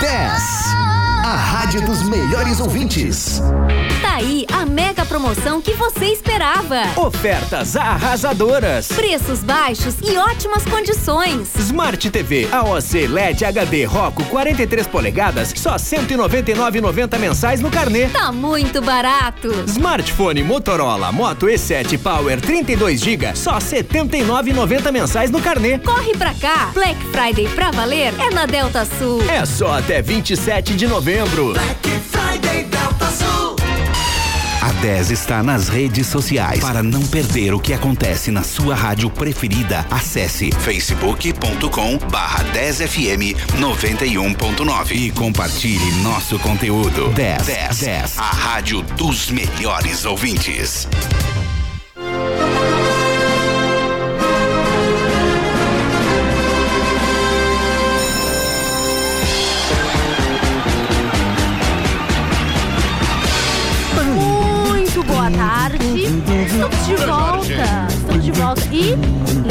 10. A rádio dos melhores ouvintes.
Tá aí a mega promoção que você esperava.
Ofertas arrasadoras.
Preços baixos e ótimas condições.
Smart TV AOC LED HD Roco 43 polegadas, só 199,90 mensais no carnê.
Tá muito barato.
Smartphone Motorola Moto E7 Power 32 GB, só 79,90 mensais no carnê.
Corre pra cá. Black Friday pra valer é na Delta Sul.
É só até 27 de novembro.
Black Friday Delta Sul. A 10 está nas redes sociais. Para não perder o que acontece na sua rádio preferida, acesse facebook.com barra 10fm 91.9 e compartilhe nosso conteúdo. 10, 10, 10, a rádio dos melhores ouvintes.
Muito boa tarde. Estamos de volta. Estamos de volta. E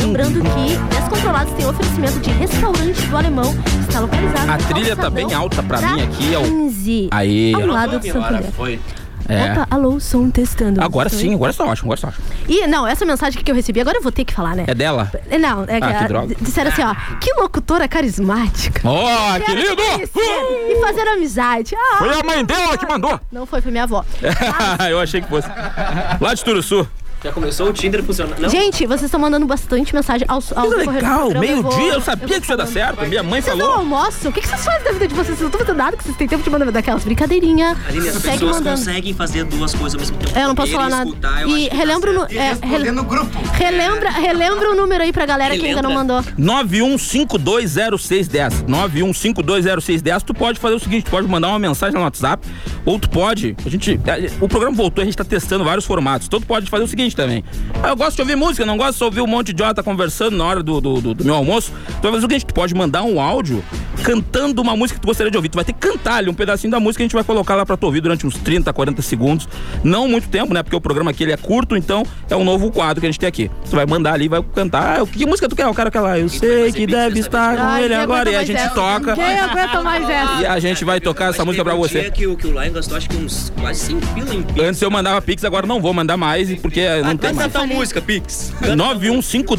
lembrando que Descontrolados tem oferecimento de restaurante do alemão. Está localizado no
A trilha tá
calçadão
bem alta pra
da
mim aqui, ó.
15.
Aí,
Ao
ó.
lado do Santander.
Foi. É.
Opa, alô, som testando.
Agora
Estou-
sim, agora está ótimo, agora está ótimo.
E não, essa mensagem que eu recebi, agora eu vou ter que falar, né?
É dela?
Não, é que,
Ah, que
a-
droga.
disseram assim, ó, que locutora carismática.
Ó,
Quero
que lindo!
te conhecer E fazer amizade. Ah,
Foi a mãe dela que mandou.
Não foi, foi minha avó.
[LAUGHS] Eu achei que fosse. Lá de Turuçu.
Já começou o Tinder funcionando? Não?
Gente, vocês estão mandando bastante mensagem ao, ao
Então? Que
decorrer do
legal,
programa, eu vou-
meio-dia, eu sabia que isso ia dar certo. tá Minha mãe
Vocês não
falou.
almoçam? O que que vocês fazem da vida de vocês? Vocês não estão fazendo nada que vocês têm tempo de mandar daquelas brincadeirinhas.
Aline, as
Segue
pessoas
mandando.
conseguem fazer duas coisas ao mesmo tempo.
É, eu não posso
Ler
falar nada.
escutar, eu
e
tá
acho que
relembra o, nu- é, rele- Relembra, relembra o número aí pra galera que ainda não mandou.
91520610. 91520610. Tu pode fazer o seguinte, tu pode mandar uma mensagem no WhatsApp, ou tu pode. A gente, a- o programa voltou, a gente tá testando vários formatos. Então tu pode fazer o seguinte também. Ah, eu gosto de ouvir música, não gosto de ouvir um monte de idiota conversando na hora do, do, do- do meu almoço. Tu vai fazer Então, o seguinte, tu pode mandar um áudio cantando uma música que tu gostaria de ouvir. Tu vai ter que cantar ali um pedacinho da música, a gente vai colocar lá pra tu ouvir durante uns 30, 40 segundos. Não muito tempo, né? Porque o programa aqui ele é curto, então é um novo quadro que a gente tem aqui. Tu vai mandar ali, vai cantar. Ah, que música tu quer? O cara quer lá. Eu sei que deve estar com
Ai,
ele
quem
agora.
aguenta
E a
mais
gente
essa?
toca.
Quem aguenta mais essa?
E a gente vai tocar essa música é pra
teve um
você.
dia que o, que o Lion gastou acho que uns quase 100 pila em
Antes eu mandava Pix, agora não vou mandar mais, porque não tem mais.
tal música, Pix.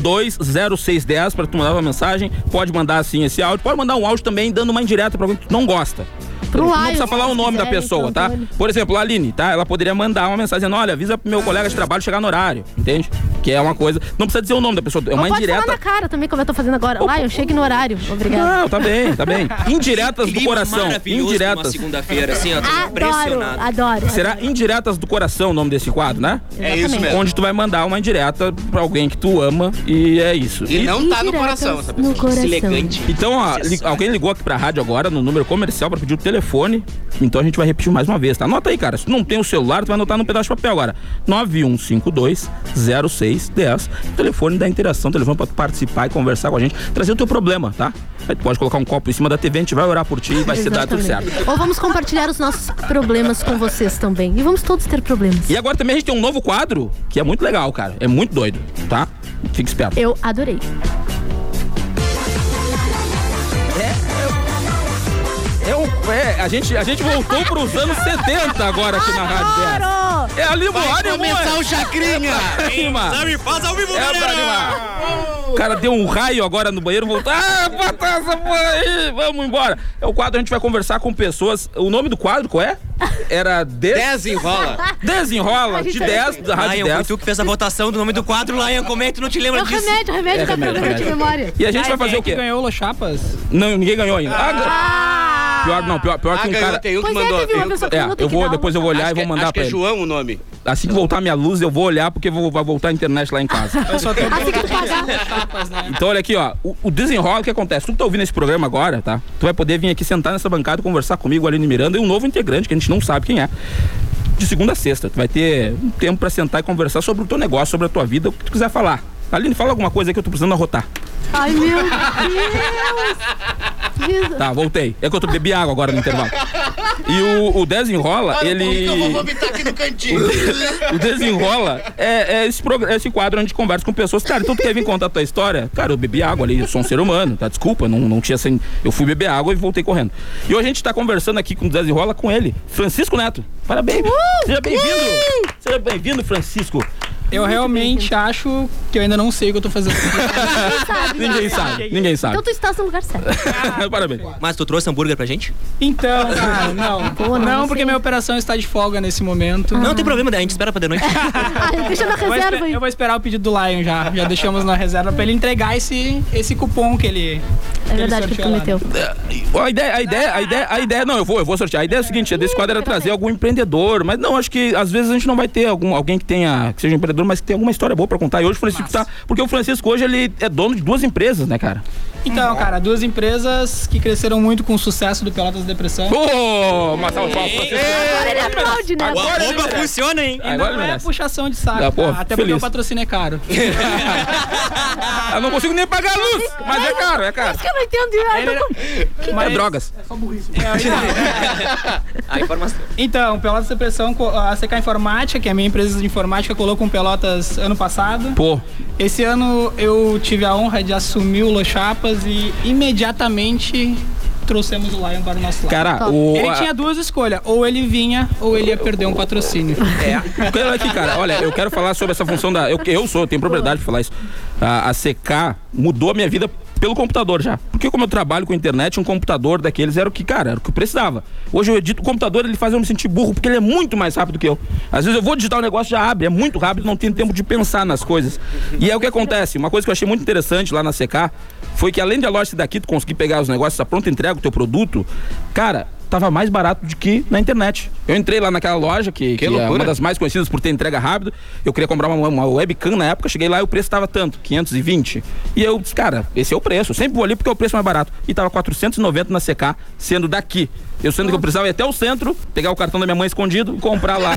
91520610 pra tu mandar uma mensagem. Pode mandar assim esse áudio. Pode mandar um áudio também dando uma indireta pra alguém que tu não gosta.
Pro
não
Lion,
precisa falar
Um se
o nome da
quiserem,
pessoa,
então,
tá?
Antônio.
Por exemplo, a Aline, tá? Ela poderia mandar uma mensagem dizendo: olha, avisa pro meu colega de trabalho chegar no horário, entende? Que é uma coisa. Não precisa dizer o nome da pessoa, é
Ou
uma
pode falar
indireta.
na cara também, como eu tô fazendo agora. Lá, eu chego no horário. Obrigada.
Não, tá bem,
[LAUGHS]
tá bem. Indiretas do
Clima
coração.
maravilhoso pra
Indiretas.
uma segunda-feira, assim, ó, tô
Adoro,
impressionado.
adoro.
Será Indiretas do Coração o nome desse quadro, né?
É isso Exatamente. mesmo.
Onde tu vai mandar uma indireta pra alguém que tu ama e é isso.
E não tá no Indiretas coração essa pessoa. no coração. Elegante.
Então, ó, li- alguém ligou aqui pra rádio agora no número comercial pra pedir o telefone. Então a gente vai repetir mais uma vez, tá? Anota aí, cara. Se tu não tem o celular, tu vai anotar num pedaço de papel agora. 9152-0610. Telefone da interação, telefone pra tu participar e conversar com a gente. Trazer o teu problema, tá? Aí tu pode colocar um copo em cima da TV, a gente vai orar por ti e vai se dar tudo certo.
Exatamente. Ou vamos compartilhar os nossos problemas com vocês também. E vamos todos ter problemas.
E agora também a gente tem um novo quadro que é muito legal, cara. É muito doido, tá? Fica esperto.
Eu adorei.
É, um- é, a, gente, a gente voltou pros anos 70 agora aqui na Rádio 10. É a Limoar
Vai começar o
Chacrinha.
Sabe, faz ao vivo,
é pra
galera.
animar. O cara deu um raio agora no banheiro, voltou. Ah, bota essa porra aí, vamos embora. É o quadro, a gente vai conversar com pessoas. O nome do quadro, qual é? Era de...
Desenrola.
Ah,
Desenrola,
A
de
gente é
10,
vai-
da Ah, Rádio
Lion,
10.
foi
Tu que fez a votação do nome do quadro, Lion, como é que tu não te lembra
É o
disso?
remédio, o remédio É dá remédio, problema de remédio. memória.
E a gente vai fazer o quê?
ganhou o Los Chapas?
Não, ninguém ganhou ainda. Ah, Pior, não, pior, pior
Ah,
que um
ganhou,
cara.
tem um que Pois é, mandou. teve uma pessoa que
É,
mandou, tem
eu
que
vou,
dar uma.
depois eu vou olhar
Acho
e vou
que-
mandar
acho que
pra
é
ele.
João o nome.
Assim que voltar minha luz, eu vou olhar, porque vou, vai voltar a internet lá em casa.
Assim que tu pagar.
Então, olha aqui, ó. O, o desenrola, o que acontece? Tu que tá ouvindo esse programa agora, tá? Tu vai poder vir aqui sentar nessa bancada, conversar comigo, Aline Miranda, e um novo integrante, que a gente não sabe quem é. De segunda a sexta. Tu vai ter um tempo pra sentar e conversar sobre o teu negócio, sobre a tua vida, o que tu quiser falar. Aline, fala alguma coisa aí que eu tô precisando arrotar.
Ai, meu Deus. Jesus.
Tá, voltei. É que eu tô bebi água agora no intervalo. E o, o desenrola, ele.
aqui no cantinho.
[LAUGHS] O desenrola é, é esse, prog- é esse quadro onde a gente conversa com pessoas. Cara, então tu quer vir contar a tua história? Cara, eu bebi água ali, eu sou um ser humano, tá? Desculpa, não, não tinha sem. Eu fui beber água e voltei correndo. E hoje a gente tá conversando aqui com o desenrola com ele, Francisco Neto. Parabéns! Seja bem-vindo! Seja bem-vindo, Francisco!
Eu realmente acho que eu ainda não sei o que eu tô fazendo.
Ninguém sabe, ninguém sabe.
Então tu estás no lugar certo.
[LAUGHS] Parabéns.
Mas tu trouxe hambúrguer pra gente?
Então,
[LAUGHS]
cara, não.
Pô, não,
não,
não
porque minha operação está de folga nesse momento.
Não tem problema, a gente espera pra de noite.
Ah, deixa na
Eu vou
reserva
esper- Eu vou esperar o pedido do Lion já. Já deixamos na reserva pra ele entregar esse, esse cupom que ele.
É verdade que tu meteu.
A ideia, a ideia, a ideia, a ideia, não, eu vou, eu vou sortear. A ideia é a seguinte, desse quadro era trazer algum empreendedor, mas não, acho que às vezes a gente não vai ter algum, alguém que tenha, que seja um empreendedor, mas que tenha alguma história boa pra contar. E hoje o Francisco tá, porque o Francisco hoje ele é dono de duas empresas, né, cara?
Uhum.
Então, cara, duas empresas que cresceram muito com o sucesso do Pelotas Depressão.
Ô, uma salva de palmas, Francisco.
Agora
ele aplaude, né?
O arroba funciona, hein?
E
ah, Agora
não
ele
é
merece.
puxação de saco,
Ah, pô,
tá? até porque
feliz.
o patrocínio é caro.
[LAUGHS] Eu não consigo nem pagar a luz, mas é caro, é caro.
Isso que eu não entendo. eu não-
É drogas.
É só burrice. a informação. Então, Pelotas Depressão, co- a CK Informática, que é a minha empresa de informática, colocou um Pelotas ano passado.
Pô.
Esse ano eu tive a honra de assumir o Los Chapas e imediatamente trouxemos o Lion para o nosso lado.
Cara, o-
Ele tinha duas escolhas, ou ele vinha ou ele ia perder um patrocínio.
Pera aqui, é cara. Olha, eu quero falar sobre essa função da. Eu, eu sou, eu tenho propriedade de falar isso. A, a CK mudou a minha vida pelo computador já. Porque como eu trabalho com internet, um computador daqueles era o que, cara, era o que eu precisava. Hoje eu edito o computador, ele faz eu me sentir burro, porque ele é muito mais rápido que eu. Às vezes eu vou digitar o negócio, já abre, é muito rápido, não tenho tempo de pensar nas coisas. E é o que acontece. Uma coisa que eu achei muito interessante lá na CK foi que além de a loja ser daqui, tu conseguir pegar os negócios, a pronta entrega o teu produto, cara, tava mais barato do que na internet. Eu entrei lá naquela loja que, que é
loucura.
uma das mais conhecidas por ter entrega rápido. Eu queria comprar uma, uma webcam na época, cheguei lá e o preço estava tanto, 520. E eu disse, cara, esse é o preço. Eu sempre vou ali porque é o preço mais barato. E tava 490 na CK, sendo daqui. Eu sendo que eu precisava ir até o centro, pegar o cartão da minha mãe escondido e
[LAUGHS]
comprar lá.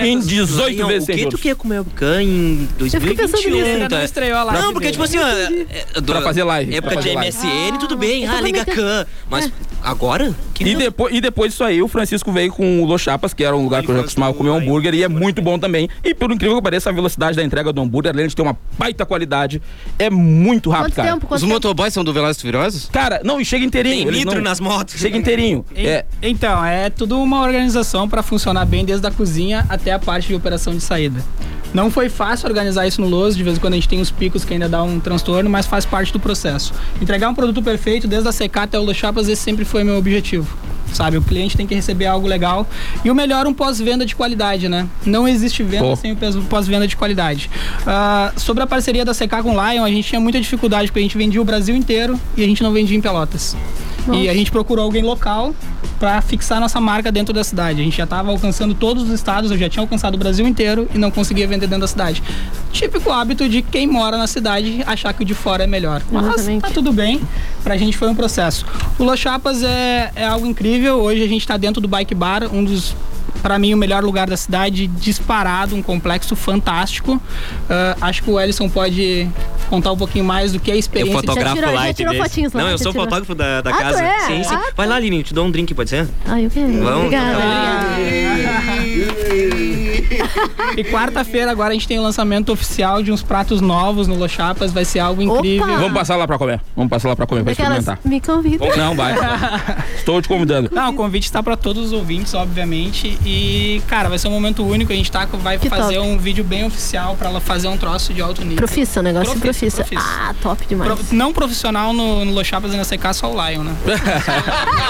em 18
Não,
vezes
o que
sem
tu quer comer webcam em
fiquei pensando nisso,
2021?
ainda não
tá?
estreou a live
Não, porque
dele.
tipo assim, ó. é- é- do-
Pra fazer live,
Época
pra
de
fazer live.
MSN, tudo bem. Ah, liga can. Mas agora?
e, depois, e depois disso aí, o Francisco veio com o Los Chapas, que era um lugar que eu já acostumava comer hambúrguer, e é muito bom também. E pelo incrível que pareça, a velocidade da entrega do hambúrguer, além de ter uma baita qualidade, é muito rápido, cara.
tempo? Quanto
Os motoboys são do Velozes Furiosos? Cara, não, e chega inteirinho. eles não- Chega inteirinho. É,
Então, é tudo uma organização para funcionar bem desde a cozinha até a parte de operação de saída. Não foi fácil organizar isso no Los, de vez em quando a gente tem uns picos que ainda dá um transtorno, mas faz parte do processo. Entregar um produto perfeito, desde a secar até o Los Chapas, esse sempre foi meu objetivo. Sabe, o cliente tem que receber algo legal. E o melhor, um pós-venda de qualidade, né? Não existe venda
Pô.
sem o pes- pós-venda de qualidade. Ah, sobre a parceria da CK com o Lion, a gente tinha muita dificuldade, porque a gente vendia o Brasil inteiro e a gente não vendia em Pelotas. E
Nossa.
a gente procurou alguém local para fixar nossa marca dentro da cidade. A gente já estava alcançando todos os estados, eu já tinha alcançado o Brasil inteiro e não conseguia vender dentro da cidade. Típico hábito de quem mora na cidade achar que o de fora é melhor. Mas tá tudo bem, pra gente foi um processo. O Los Chapas é, é algo incrível, hoje a gente tá dentro do Bike Bar, um dos para mim o melhor lugar da cidade, disparado, um complexo fantástico. Ah, acho que o Ellison pode contar um pouquinho mais do que é a experiência. de-
Não, eu sou fotógrafo da, da
Ah, tu
casa.
é?
Sim, sim.
tá.
Vai lá, Aline, eu te dou um drink, pode ser?
Ai, eu quero.
Vamos.
Obrigada.
E quarta-feira agora a gente tem o lançamento oficial de uns pratos novos no Los Chapas, vai ser algo incrível.
Ah.
Vamos passar lá pra comer. Vamos passar lá pra comer, pra
Daquelas-
experimentar.
Me convida. [LAUGHS]
Não, vai. Estou te convidando.
Não, o convite está para todos os ouvintes, obviamente. E, cara, vai ser um momento único. A gente tá, com- vai
Que
fazer
top.
um vídeo bem oficial para ela fazer um troço de alto nível.
Profissa, o negócio de profissa. Ah, top demais.
Pro- não profissional no, no Los Chapas e na CK, só o Lion, né?
[LAUGHS]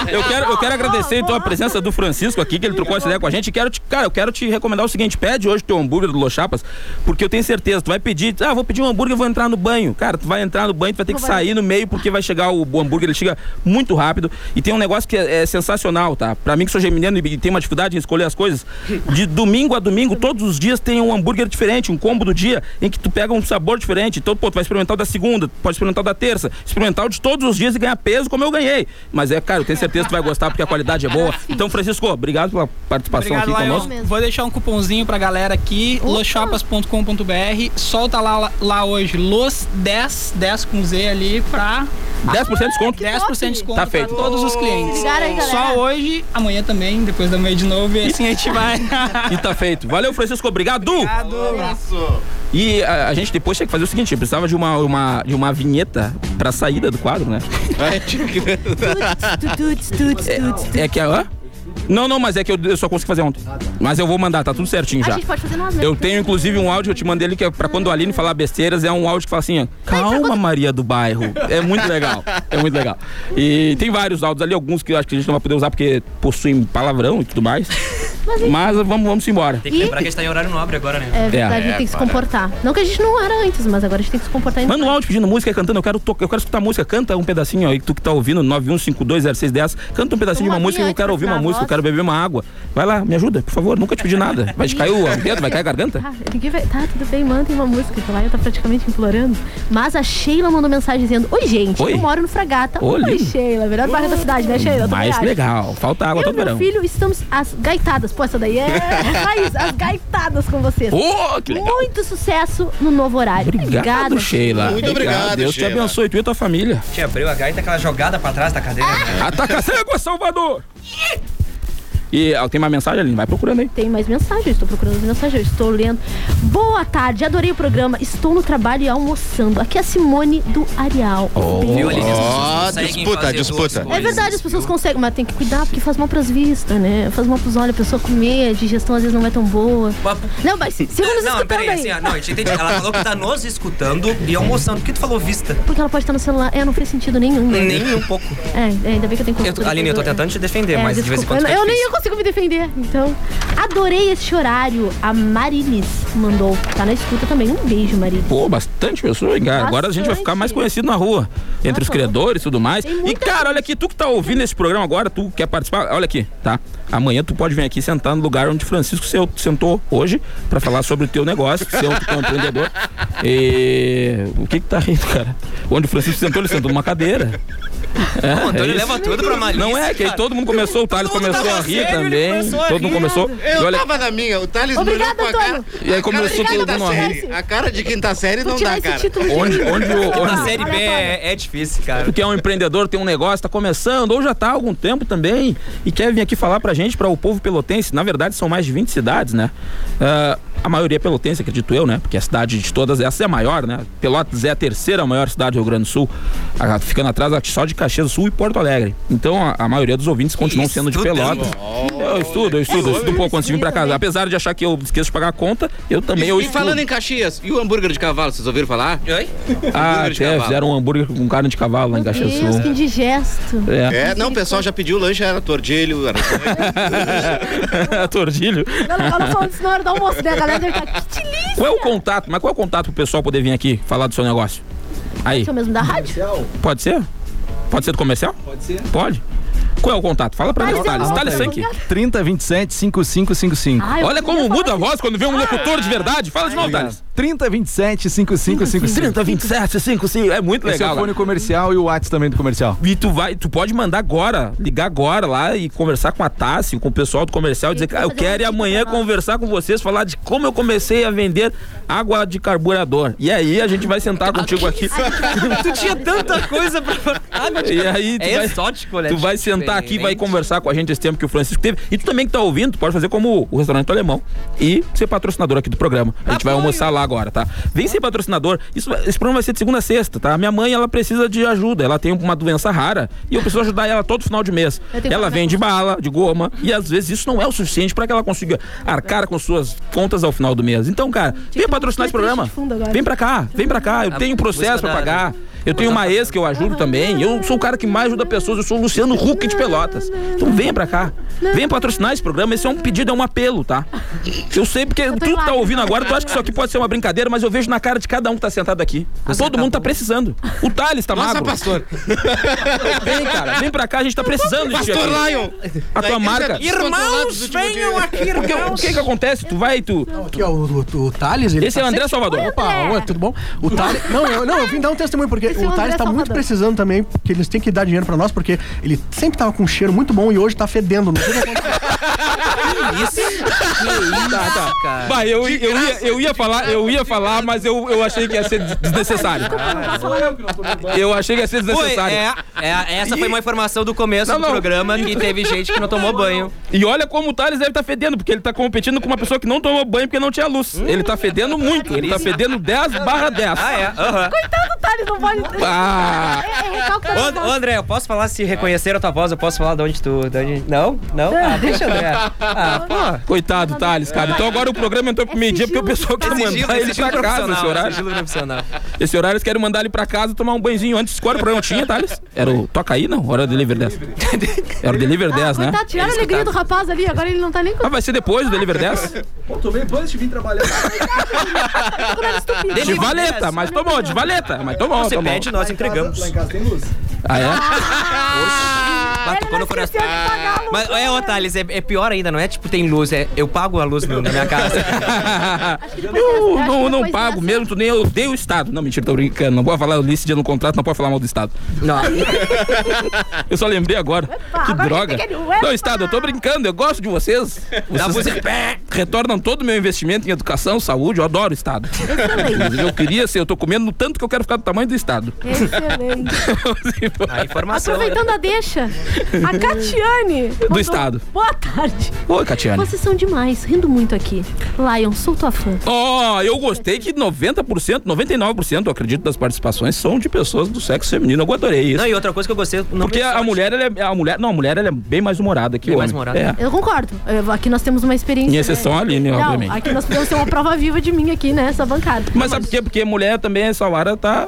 Eu quero, eu quero agradecer então a presença do Francisco aqui, que ele trocou essa ideia com a gente. E Quero te, cara, eu quero te recomendar o seguinte: gente pede hoje teu hambúrguer do Los Chapas, porque eu tenho certeza, tu vai pedir, ah, vou pedir um hambúrguer, vou entrar no banho. Cara, tu vai entrar no banho, tu vai ter que sair no meio, porque vai chegar o, o hambúrguer, ele chega muito rápido. E tem um negócio que é, é sensacional, tá? Pra mim que sou geminiano e tenho uma dificuldade em escolher as coisas, de domingo a domingo, todos os dias tem um hambúrguer diferente, um combo do dia, em que tu pega um sabor diferente. Então, pô, tu vai experimentar o da segunda, tu pode experimentar o da terça, experimentar o de todos os dias e ganhar peso como eu ganhei. Mas é, cara, eu tenho certeza que tu vai gostar, porque a qualidade é boa. Então, Francisco, obrigado pela participação
Obrigado,
aqui
Lion.
conosco.
Vou deixar um cupomzinho pra galera aqui, loschopas.com.br. Solta lá, lá hoje, los10, 10 com Z ali, pra...
10% de desconto?
10% de desconto
Tá feito.
pra todos os clientes.
Ligaram aí, galera.
Só hoje, amanhã também, depois da meia de novo, e assim a gente vai.
E tá feito. Valeu, Francisco, obrigado! E a, a gente depois tinha que fazer o seguinte, precisava de uma, uma, de uma vinheta pra saída do quadro, né? É, é que a... hã? Não, não, mas é que eu, eu só consegui fazer ontem. Mas eu vou mandar, tá tudo certinho
A
já.
gente pode fazer né? nós
Eu tenho inclusive um áudio que eu te mandei ele que é pra quando a Aline falar besteiras, é um áudio que fala assim: ó, calma, Maria do bairro. É muito legal. É muito legal. E tem vários áudios ali, alguns que eu acho que a gente não vai poder usar porque possuem palavrão e tudo mais. Mas vamos, vamos embora.
Tem
É
que lembrar que a gente tá em horário nobre agora, né?
É verdade, a gente tem que se comportar. Não que a gente não era antes, mas agora a gente tem que se comportar.
Manda um áudio pedindo música, cantando. Eu quero, to- eu quero escutar música. Canta um pedacinho aí, tu que tá ouvindo, 91520610. Canta um pedacinho de uma música, eu quero ouvir uma música, eu quero beber uma água. Vai lá, me ajuda, por favor. Nunca te pedi nada. Vai te cair o dedo, vai cair a garganta?
Tá, ninguém vai- tá, tudo bem, mandem uma música que lá eu tá praticamente implorando. Mas a Sheila mandou mensagem dizendo: Oi, gente,
Oi.
eu moro no Fragata.
Olha.
Oi, Sheila, melhor barra da cidade, né, Sheila? Também
Mas
acho.
legal. Falta água
Eu e
todo
meu
verão.
filho estamos as gaitadas. Pô, essa daí
[LAUGHS]
é só isso, as gaitadas com vocês.
Ô, que legal.
Muito sucesso no novo horário.
Obrigado, Sheila. Deus te
Sheila.
abençoe, tu e tua família.
É.
Te abriu a gaita, aquela jogada pra trás da cadeira.
né?
Ah.
Ataca cego, Salvador! E ó, tem uma mensagem ali, vai procurando aí.
Tem mais mensagens, estou procurando as mensagens, eu estou lendo. Boa tarde, adorei o programa. Estou no trabalho e almoçando. Aqui é a Simone do Areal.
Viu, Aline? As pessoas
Ó,
conseguem
disputa,
fazer
disputa.
duas
É verdade, as pessoas conseguem, mas tem que cuidar porque faz mal pras vistas, né? Faz mal pros olhos, a pessoa comer, a digestão às vezes não é tão boa. Não, mas sigam nos
Não,
escutando
peraí,
aí.
assim, ó, não, eu te entendi. Ela falou que tá nos escutando e almoçando. Por que tu falou vista?
Porque ela pode estar no celular. É, não fez sentido nenhum. né?
Nem um pouco.
É, é, ainda bem que eu tenho
Eu tô-
consulta
Aline, eu tô
depois, né?
tentando te defender,
É,
mas de vez em
desculpa,
quando.
eu, eu nem eu consigo me defender. Então, adorei este horário. A Marilis mandou. Tá na escuta também. Um beijo, Marilis.
Pô, bastante pessoa, hein, cara. Agora a gente vai ficar mais conhecido na rua, entre os credores e tudo mais. E, cara, olha aqui, tu que tá ouvindo esse programa agora, tu quer participar, olha aqui, tá? Amanhã tu pode vir aqui sentar no lugar onde Francisco seu- sentou hoje pra falar sobre o teu negócio, ser um teu empreendedor. E. O que que tá rindo, cara? Onde o Francisco sentou, ele sentou numa cadeira. É,
O Antônio
é isso.
então leva tudo pra malícia,
Não é, que aí
cara.
todo mundo começou, o Thales
Todo mundo
começou
tava
a rir
sério, ele
também.
começou a
todo mundo
rir.
começou.
Eu
e olha,
tava na minha, o Thales
Obrigada,
me olhou com a cara.
Antônio.
E aí começou
a cara de
todo
quinta
mundo a rir.
série. A cara de quinta série
Vou
não
tirar
dá,
esse
cara.
título de-
Onde- onde o-
Na
onde-
série B é, é difícil, cara.
Tu que é um empreendedor, tem um negócio, tá começando, ou já tá há algum tempo também, e quer vir aqui falar pra gente, pra o povo pelotense, na verdade são mais de 20 cidades, né? Ah, a maioria é pelotense, acredito eu, né? Porque a cidade de todas essas é a maior, né? Pelotas é a terceira maior cidade do Rio Grande do Sul, a- ficando atrás acho que só de Caxias do Sul e Porto Alegre. Então a, a maioria dos ouvintes continuam sendo de
estudando.
Pelotas.
Oh,
Eu estudo, eu estudo, eu estudo um pouco antes de vir pra casa. Apesar de achar que eu esqueço de pagar a conta, eu também eu
E
estudo.
falando em Caxias, e o hambúrguer de cavalo, vocês ouviram falar?
Oi?
Ah, até fizeram um hambúrguer com carne de cavalo lá em Caxias do
Deus, que
Sul.
indigesto.
É, não, o pessoal já pediu lanche, era tordilho,
[LAUGHS]
era É?
Tordilho.
Ela, ela falou isso na hora do almoço, né? A galera deve estar. Que delícia!
Qual é o contato? Mas qual é o contato pro pessoal poder vir aqui falar do seu negócio? Aí,
Isso é o mesmo da rádio?
Tá pode ser? Pode ser do comercial? Pode ser. Pode? Qual é o contato? Fala pra nós, Thales. Thales Sank.
3027 5555.
Olha como muda a voz quando vê um locutor de verdade. Fala de novo, Thales.
3027 5555.
3027 55. É muito
Esse é
legal,
o
cara.
fone comercial e o WhatsApp também do comercial.
E tu vai, tu pode mandar agora, ligar agora lá e conversar com a Tassi, com o pessoal do comercial, dizer que ah, eu quero ir amanhã conversar com vocês, falar de como eu comecei a vender água de carburador. E aí a gente vai sentar contigo aqui. [LAUGHS]
tu tinha tanta coisa pra. Água de
E aí tu
é
vai,
exótico, olha.
tu vai sentar aqui, vai conversar com a gente esse tempo que o Francisco teve. E tu também que tá ouvindo, tu pode fazer como o restaurante alemão e ser patrocinador aqui do programa. A gente vai almoçar lá agora, tá? Vem ser patrocinador. Isso, esse programa vai ser de segunda a sexta, tá? Minha mãe, ela precisa de ajuda. Ela tem uma doença rara e eu preciso ajudar ela todo final de mês.
Eu tenho
Ela
problema.
vende bala, de goma e às vezes isso não é o suficiente para que ela consiga arcar com suas contas ao final do mês. Então, cara, vem patrocinar esse programa.
fundo agora.
Vem pra cá, vem pra cá. Eu
A
tenho um processo
música
pra
da-
pagar. Eu tenho uma ex que eu ajudo também. Eu sou o cara que mais ajuda pessoas. Eu sou o Luciano Huck de Pelotas. Então venha pra cá. Venha patrocinar esse programa. Esse é um pedido, é um apelo, tá? Eu sei porque tu que tá ouvindo agora, tu acha que isso aqui pode ser uma brincadeira, mas eu vejo na cara de cada um que tá sentado aqui. Todo mundo tá precisando. O Thales tá
Nossa,
magro.
pastor.
Vem, cara. Vem pra cá. A gente tá precisando de ti
Pastor
aqui.
Lion.
A tua
Daí,
marca.
já descontrolados do último dia.
Porque O que que acontece? Tu vai, tu...
Aqui, ó, o, o, o Thales. ele
Esse é o André Salvador.
Opa, oi, tudo bom? O Thales. Não, eu, não, eu vim dar um testemunho, porque
é o
o Thales
André
tá muito
Salvador.
precisando também, porque eles têm que dar dinheiro pra nós, porque ele sempre tava com um cheiro muito bom e hoje tá fedendo. Não sei o que aconteceu.
Isso.
[LAUGHS]
Tá, tá.
cara.
Bah, eu, eu, ia, eu ia falar, eu ia falar, mas eu, eu achei que ia ser desnecessário. Eu achei que ia ser desnecessário.
Foi, é, é, essa foi uma informação do começo
Não,
do
não.
programa que teve gente que não tomou banho.
E olha como o Thales deve estar fedendo, porque ele tá competindo com uma pessoa que não tomou banho porque não tinha luz.
Hum.
Ele tá fedendo muito, ele tá fedendo 10 barra 10.
Ah, é? Aham.
Coitado do Thales, não pode.
Ah.
É, é recalque da
Ô, ô, André, eu posso falar se reconheceram a tua voz? Eu posso falar de onde tu. de onde- Não? Não?
É.
Ah, deixa,
[LAUGHS]
André. Ah, pô.
Coitado, Thales, cara. Então agora o programa entrou pro meio-dia porque o pessoal quer
sigilo,
mandar
é
ele
sigilo
pra casa esse
profissional, é
horário.
sigilo
[LAUGHS]
profissional.
Esse horário eles querem mandar ele pra casa tomar um banhozinho antes. Qual era o programa tinha, Thales? Era o Toca aí, não? Ou Era o Deliver 10. Era o Deliver 10, né?
Ah, Coitado, Tá, tiraram a alegria do rapaz ali, agora ele não tá nem com
Ah, vai ser depois do Deliver 10?
Pô, tomei banho antes de vir trabalhar.
De valeta, mas tomou, de valeta. Mas tomou,
Você
tomou.
pede, nós entregamos.
Lá em casa tem luz.
Ah, é?
é
Bate no coração. Mas é, ô Thales, é, é pior ainda, não é tipo tem luz, é eu pago a luz no- na minha casa.
[LAUGHS]
Eu Uh, não, não pago mesmo, tu nem eu odeio o Estado. Não, mentira, tô brincando. Não vou falar, eu li esse dia no contrato, não pode falar mal do Estado. Não. eu só lembrei agora. que
agora
droga.
tem aquele- Epa!
Não, Estado, eu tô brincando, eu gosto de vocês. Vocês retornam todo o meu investimento em educação, saúde, eu adoro o Estado. Inclusive, eu queria ser, eu tô comendo no tanto que eu quero ficar do tamanho do Estado.
Excelente.
[LAUGHS] A
Aproveitando a deixa, a Catiane.
Do estado.
Boa tarde.
Oi, Catiane.
Vocês são demais, rindo muito aqui. Lion, sou tua fã.
Ó, eu gostei que 90%, 99%, eu acredito, das participações são de pessoas do sexo feminino. Eu adorei isso.
Não, e outra coisa que eu gostei. Não
Porque a, a mulher, ela é, a mulher, não, a mulher ela é bem mais humorada que
Bem
o
mais
homem.
humorada.
É.
Eu concordo. Eu- Aqui nós temos uma experiência. né?
Em exceção à Aline,
Não,
obviamente.
Aqui nós podemos ter uma prova viva de mim aqui, né? Essa bancada.
Mas sabe por quê? Porque mulher também, essa hora tá...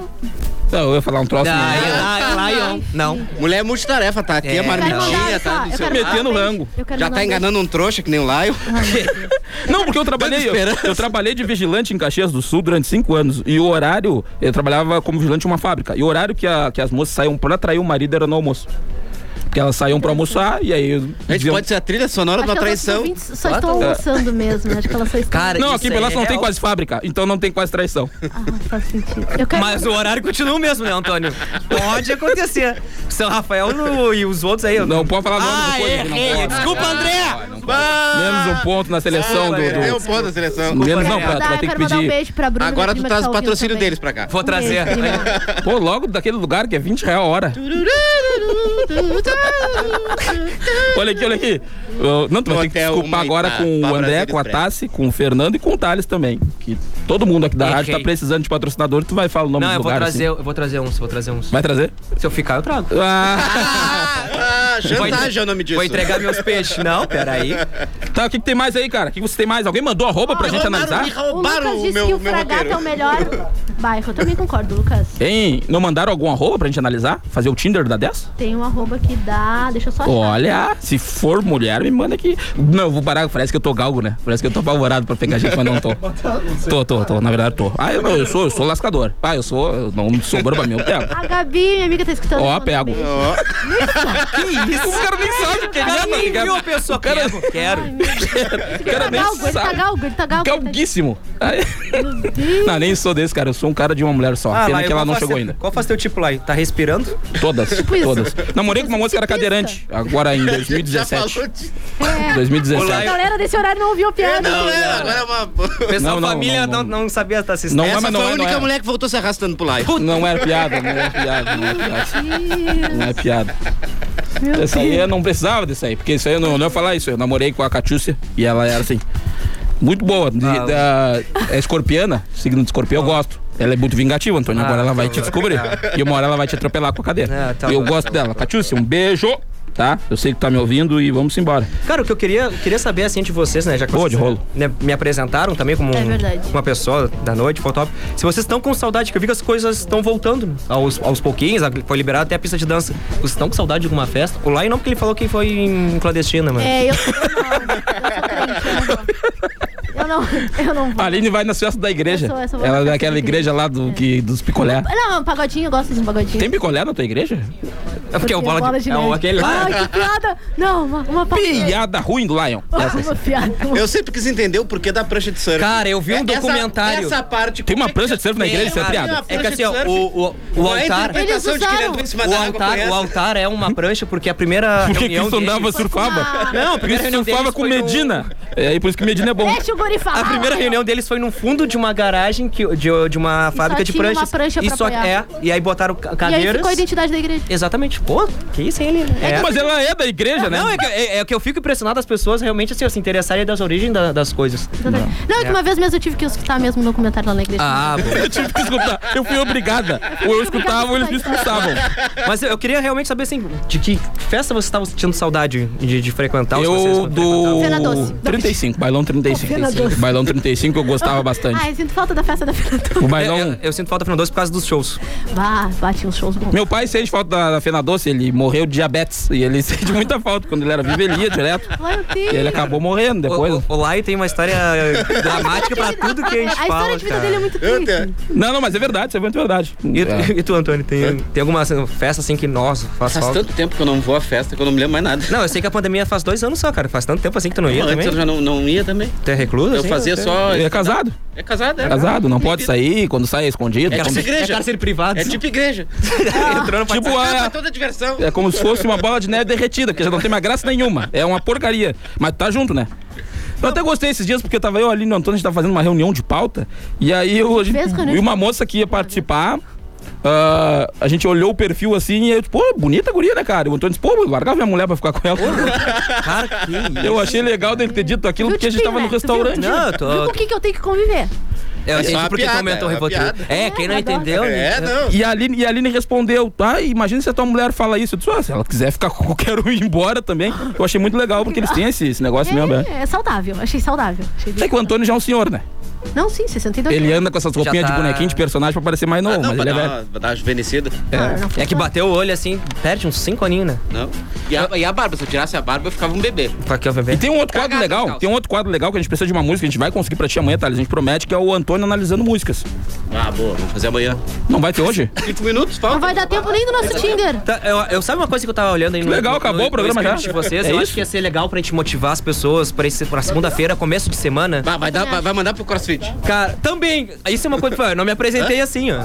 Tá, Eu ia falar um troço.
Ah,
mas-
é Lion.
Não.
Mulher é multitarefa, tá? Tem
É,
a marmitinha,
não.
tá?
Eu quero mandar Metendo um beijo. rango. Eu quero
Já
mandar
tá
um
enganando um trouxa que nem o Lion.
Ah.
Não, porque eu trabalhei. Eu,
esperança.
eu trabalhei de vigilante em Caxias do Sul durante cinco anos. E o horário, eu trabalhava como vigilante em uma fábrica. E o horário que, a- que as moças saíam pra atrair o marido era no almoço. Porque elas saíam pra almoçar e aí.
A gente pode ser a trilha sonora da
Acho que as nossas
traição.
ouvintes Só estão almoçando mesmo. Acho que elas só estão.
não, aqui em
é
Pelotas
né?
não tem quase fábrica, então não tem quase traição.
Ah, Faz sentido. Eu quero
Mas o horário continua o mesmo, né, Antônio? Pode acontecer. São Rafael no- e os outros aí. eu
Não pode falar nome
ah,
depois,
errei.
não pode.
Desculpa, André.
Menos um ponto na seleção do. do-
Tem um ponto da seleção.
Menos não,
mandar,
Prato, vai ter que
quero mandar um
pedir.
beijo pra Bruna,
Agora tu
minha prima
traz
que
o
tá ouvindo
patrocínio
também.
deles pra cá.
Vou trazer.
Beijo,
[LAUGHS]
Pô, logo daquele lugar que é 20 reais a hora. Olha aqui, olha aqui. Eu- não, tu vai ter que
Hotel
desculpar
Humaitá,
agora com o
Pabra
André,
Zero
com a
Express.
Tassi, com o Fernando e com o Thales também. Que todo mundo aqui da
Errei.
rádio tá precisando de patrocinador, tu vai falar o nome
Não,
do
eu vou
lugar.
trazer,
assim.
eu vou trazer uns, vou trazer uns.
Vai trazer?
Se eu ficar, eu trago.
Ah, chantagem é o nome disso.
Vou entregar
[LAUGHS]
meus peixes. Não, peraí.
Tá, o que, que tem mais aí, cara? O que, que você tem mais? Alguém mandou arroba pra gente analisar?
O Lucas disse que o Fragata é o melhor bairro. Eu também concordo, Lucas.
Hein? Não mandaram algum arroba pra gente analisar? Fazer o Tinder da 10?
Tem um arroba que dá. Deixa eu só achar.
Olha, se for mulher, me manda aqui. Não, eu vou parar, parece que eu tô galgo, né? Parece que eu tô apavorado pra pegar gente, [LAUGHS] mas tá, não tô. Tô, tô, tô, na verdade tô. Ah, eu, não, eu sou, eu sou lascador. Ah, eu sou, eu não sobrou pra mim, eu pego.
Ah,
A Gabi, minha amiga, tá escutando.
Ó,
Manda um
pego.
beijo.
Que isso? O cara nem sabe o que é, tá ligado?
Viu, pessoa?
O cara-
Quero, quero.
O cara
Tá
nem é
galgo, ele tá
sabe.
galgo, ele tá galgo.
Galguíssimo. Aí- Não, nem sou desse, cara. Eu sou um cara de uma mulher só.
Ah,
Pena
Laio,
que ela
qual
não
faz
chegou
teu-
ainda.
Qual faz teu tipo lá? Tá respirando? [LAUGHS]
Todas,
Tipo isso. Tipo
todas. Namorei com uma moça que era cadeirante,
[LAUGHS]
agora em 2017. 2017.
É. A galera desse horário não ouviu a piada.
Não, é,
entendeu?
agora é uma.
Pessoal,
Não, não,
família
não,
não, não sabia estar assistindo.
Não,
Essa
mas não
foi
é,
a
não
única
é.
mulher que voltou se arrastando pro live.
Não era piada, não era piada, não era piada. Não é piada.
Meu
Essa aí é
Deus.
eu não precisava disso aí, porque isso aí eu não, eu não ia falar isso. Eu namorei com a Catiúcia e ela era assim. Muito boa. de-
Ah,
da- é escorpiana, signo de escorpião, eu gosto. Ela é muito vingativa, Antônio. Agora ela vai te descobrir. E uma hora ela vai te atropelar com a cadeira.
Ah, tá
eu
bom,
gosto dela. Catiúcia, um beijo. tá? Eu sei que tá me ouvindo e vamos embora.
Cara, o que eu queria, queria saber assim de vocês, né? Já que
Boa
vocês,
de rolo.
né, me apresentaram também como
É
um-
verdade.
uma pessoa da noite, fotógrafo. Se vocês estão com saudade, que eu vi que as coisas estão voltando aos, aos pouquinhos, a- foi liberado até a pista de dança. Vocês estão com saudade de alguma festa? O Lion não, porque ele falou que foi em clandestina, mano.
É, eu. Eu não, eu não vou.
A Aline vai nas festas da igreja.
Eu sou- É. eu sou-
Ela é daquela igreja lá do, que, dos picolé.
Não, pagodinho, eu gosto de um pagodinho.
Tem picolé na tua igreja? É
Porque é bola de neve. Ai, que piada! Não, uma, uma pa-
Piada ruim do Lion.
Uma piada.
Eu sempre quis entender o porquê da prancha de surf.
Cara, eu vi um
É, essa-
documentário.
Essa, parte.
Tem uma prancha de surf na igreja, isso é piada?
É que assim, ó, o, o, o
Qual é a
altar.
interpretação de que ele entrou em cima
o,
da água por
altar
essa?
o altar é uma prancha porque a
[LAUGHS]
primeira.
Porque
reunião
Cristo andava,
deles-
surfava.
Não, a primeira
Cristo
reunião
surfava
deles
com
foi no-
Medina. É, e por isso que Medina é bom.
Deixa o guri falar.
A primeira reunião deles foi no fundo de uma garagem que, de, de uma fábrica de
tinha uma
pranchas.
prancha
e
pra
só
apoiar.
é, e aí botaram ca-
E aí
cadeiras.
ficou a identidade da igreja.
Exatamente. Pô, que isso, hein, ele?
É que- Mas
ela é da igreja,
né? Não,
[LAUGHS]
é que, é, é que eu fico impressionado as pessoas realmente assim, ó, se interessarem das origens da- das coisas.
Não, é que
É.
uma vez mesmo eu tive que escutar mesmo no comentário lá na igreja.
Ah, bom.
Eu tive que escutar. Eu fui obrigada. Ou eu escutava ou eles me expulsavam.
Mas eu, eu queria realmente saber, assim, de que festa você estava sentindo saudade de, de frequentar?
um
se vocês
Eu do.
Fena doce.
35, bailão 35.
Fena doce.
Bailão 35 eu
Ah,
gostava bastante.
Ai, sinto falta da festa da Fena
O
É,
bailão.
É, Eu sinto falta do Final 2 por causa dos shows.
Bah, bate uns shows bons.
Meu pai sente falta da, da Fena Doce, ele morreu de diabetes. E ele [LAUGHS] sente muita falta. Quando ele era vivo, ele ia direto.
Meu Deus.
E
é
ele acabou morrendo depois.
O, o Lai tem uma
[LAUGHS]
história dramática pra tudo que a gente
A
fala.
história de vida
cara.
dele é muito triste.
Não, não, mas é verdade, isso é muito verdade.
E, tu- e tu, Antônio, tem, tem alguma assim, festa assim que, nossa, faz,
Faz
falta?
tanto tempo que eu não vou à festa que eu não me lembro mais nada.
Não, eu sei que a pandemia faz dois anos só, cara. Faz tanto tempo assim que tu não ia
Antes
também.
eu já não, não ia também.
Tu é recluso?
Eu
assim?
fazia
Você-
só.
Ele é casado.
É casado, é.
Casado, não pode sair, quando sai é escondido.
É tipo igreja.
privado.
É tipo [LAUGHS] igreja.
[LAUGHS] Entrando pra
Tipo
Acaba
a,
toda a diversão.
É como se fosse uma bola de neve derretida, que já não tem mais graça nenhuma. É uma porcaria. Mas tá junto, né? Eu até gostei esses dias, porque tava eu ali no Antônio, a gente tava fazendo uma reunião de pauta. E aí eu, a gente-
Fez reunião
e
de
uma moça que ia participar. ah, a gente olhou o perfil assim e eu, pô, bonita guria, né, cara? E o Antônio disse, pô, eu largava minha mulher pra ficar com ela.
Cara, que isso.
eu achei legal dele ter dito
um
aquilo,
Viu,
porque a gente
Tipinho,
tava no
né? Tu viu,
restaurante.
tu viu? Viu com o que que eu tenho que conviver?
Eu
É
achei
só
isso
uma
porque
piada,
tipo comentou o
é uma
Rivotril.
piada.
É, quem não
É,
entendeu, né?
E a, Aline, e a Aline respondeu, tá? Imagina se a tua mulher fala isso. Eu disse, ah, se ela quiser ficar com [LAUGHS] qualquer um e ir embora também. Eu achei muito legal, porque eles têm esse, esse negócio mesmo, né?
É, é saudável, achei saudável. Achei bem-
É que o Antônio já é um senhor, né?
Não, sim, 62
Ele anda com essas roupinhas
tá- Ah,
de bonequinho de personagem pra parecer mais novo,
Ah, Não,
mas ele
pra
é
dar
velho.
uma- pra dar uma rejuvenescida.
É que bateu o olho assim, perde uns cinco aninhos, né?
Não. E a, e a barba? Se eu tirasse a barba, eu ficava um bebê.
Pra que eu beber?
E tem um outro quadro legal, tem um outro quadro legal que a gente precisa de uma música, a gente vai conseguir pra ti amanhã, Thales. A gente promete que é o Antônio analisando músicas.
Ah, boa. Vamos fazer amanhã.
Não vai ter hoje?
5 minutos, falta.
Não vai dar tempo nem do nosso Tinder.
Tá, eu, eu- sabe uma coisa que eu tava olhando aí
Que legal, acabou o programa
script
já.
de vocês?
É
eu
isso?
acho que ia ser legal pra gente motivar as pessoas pra, esse, pra segunda-feira, começo de semana.
Vai, vai, dar, vai, vai mandar pro crossfit.
Cara, também. Isso é uma coisa. Eu não me apresentei assim, ó.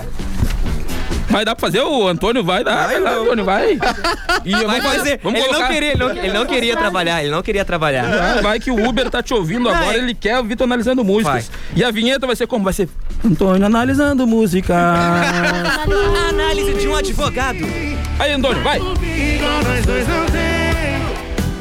Vai dar pra fazer? O Antônio vai dar. Vai, lá, Antônio, vai.
[LAUGHS]
E eu
Vai
vou
fazer.
Vamos
ele, não
colocar-
queria, ele, não, ele não queria trabalhar, ele não queria trabalhar.
Vai, vai que o Uber tá te ouvindo agora, ele quer ouvir tu analisando músicas. E a vinheta vai ser como? Vai ser Antônio analisando música.
Análise de um advogado.
Aí, Antônio, vai.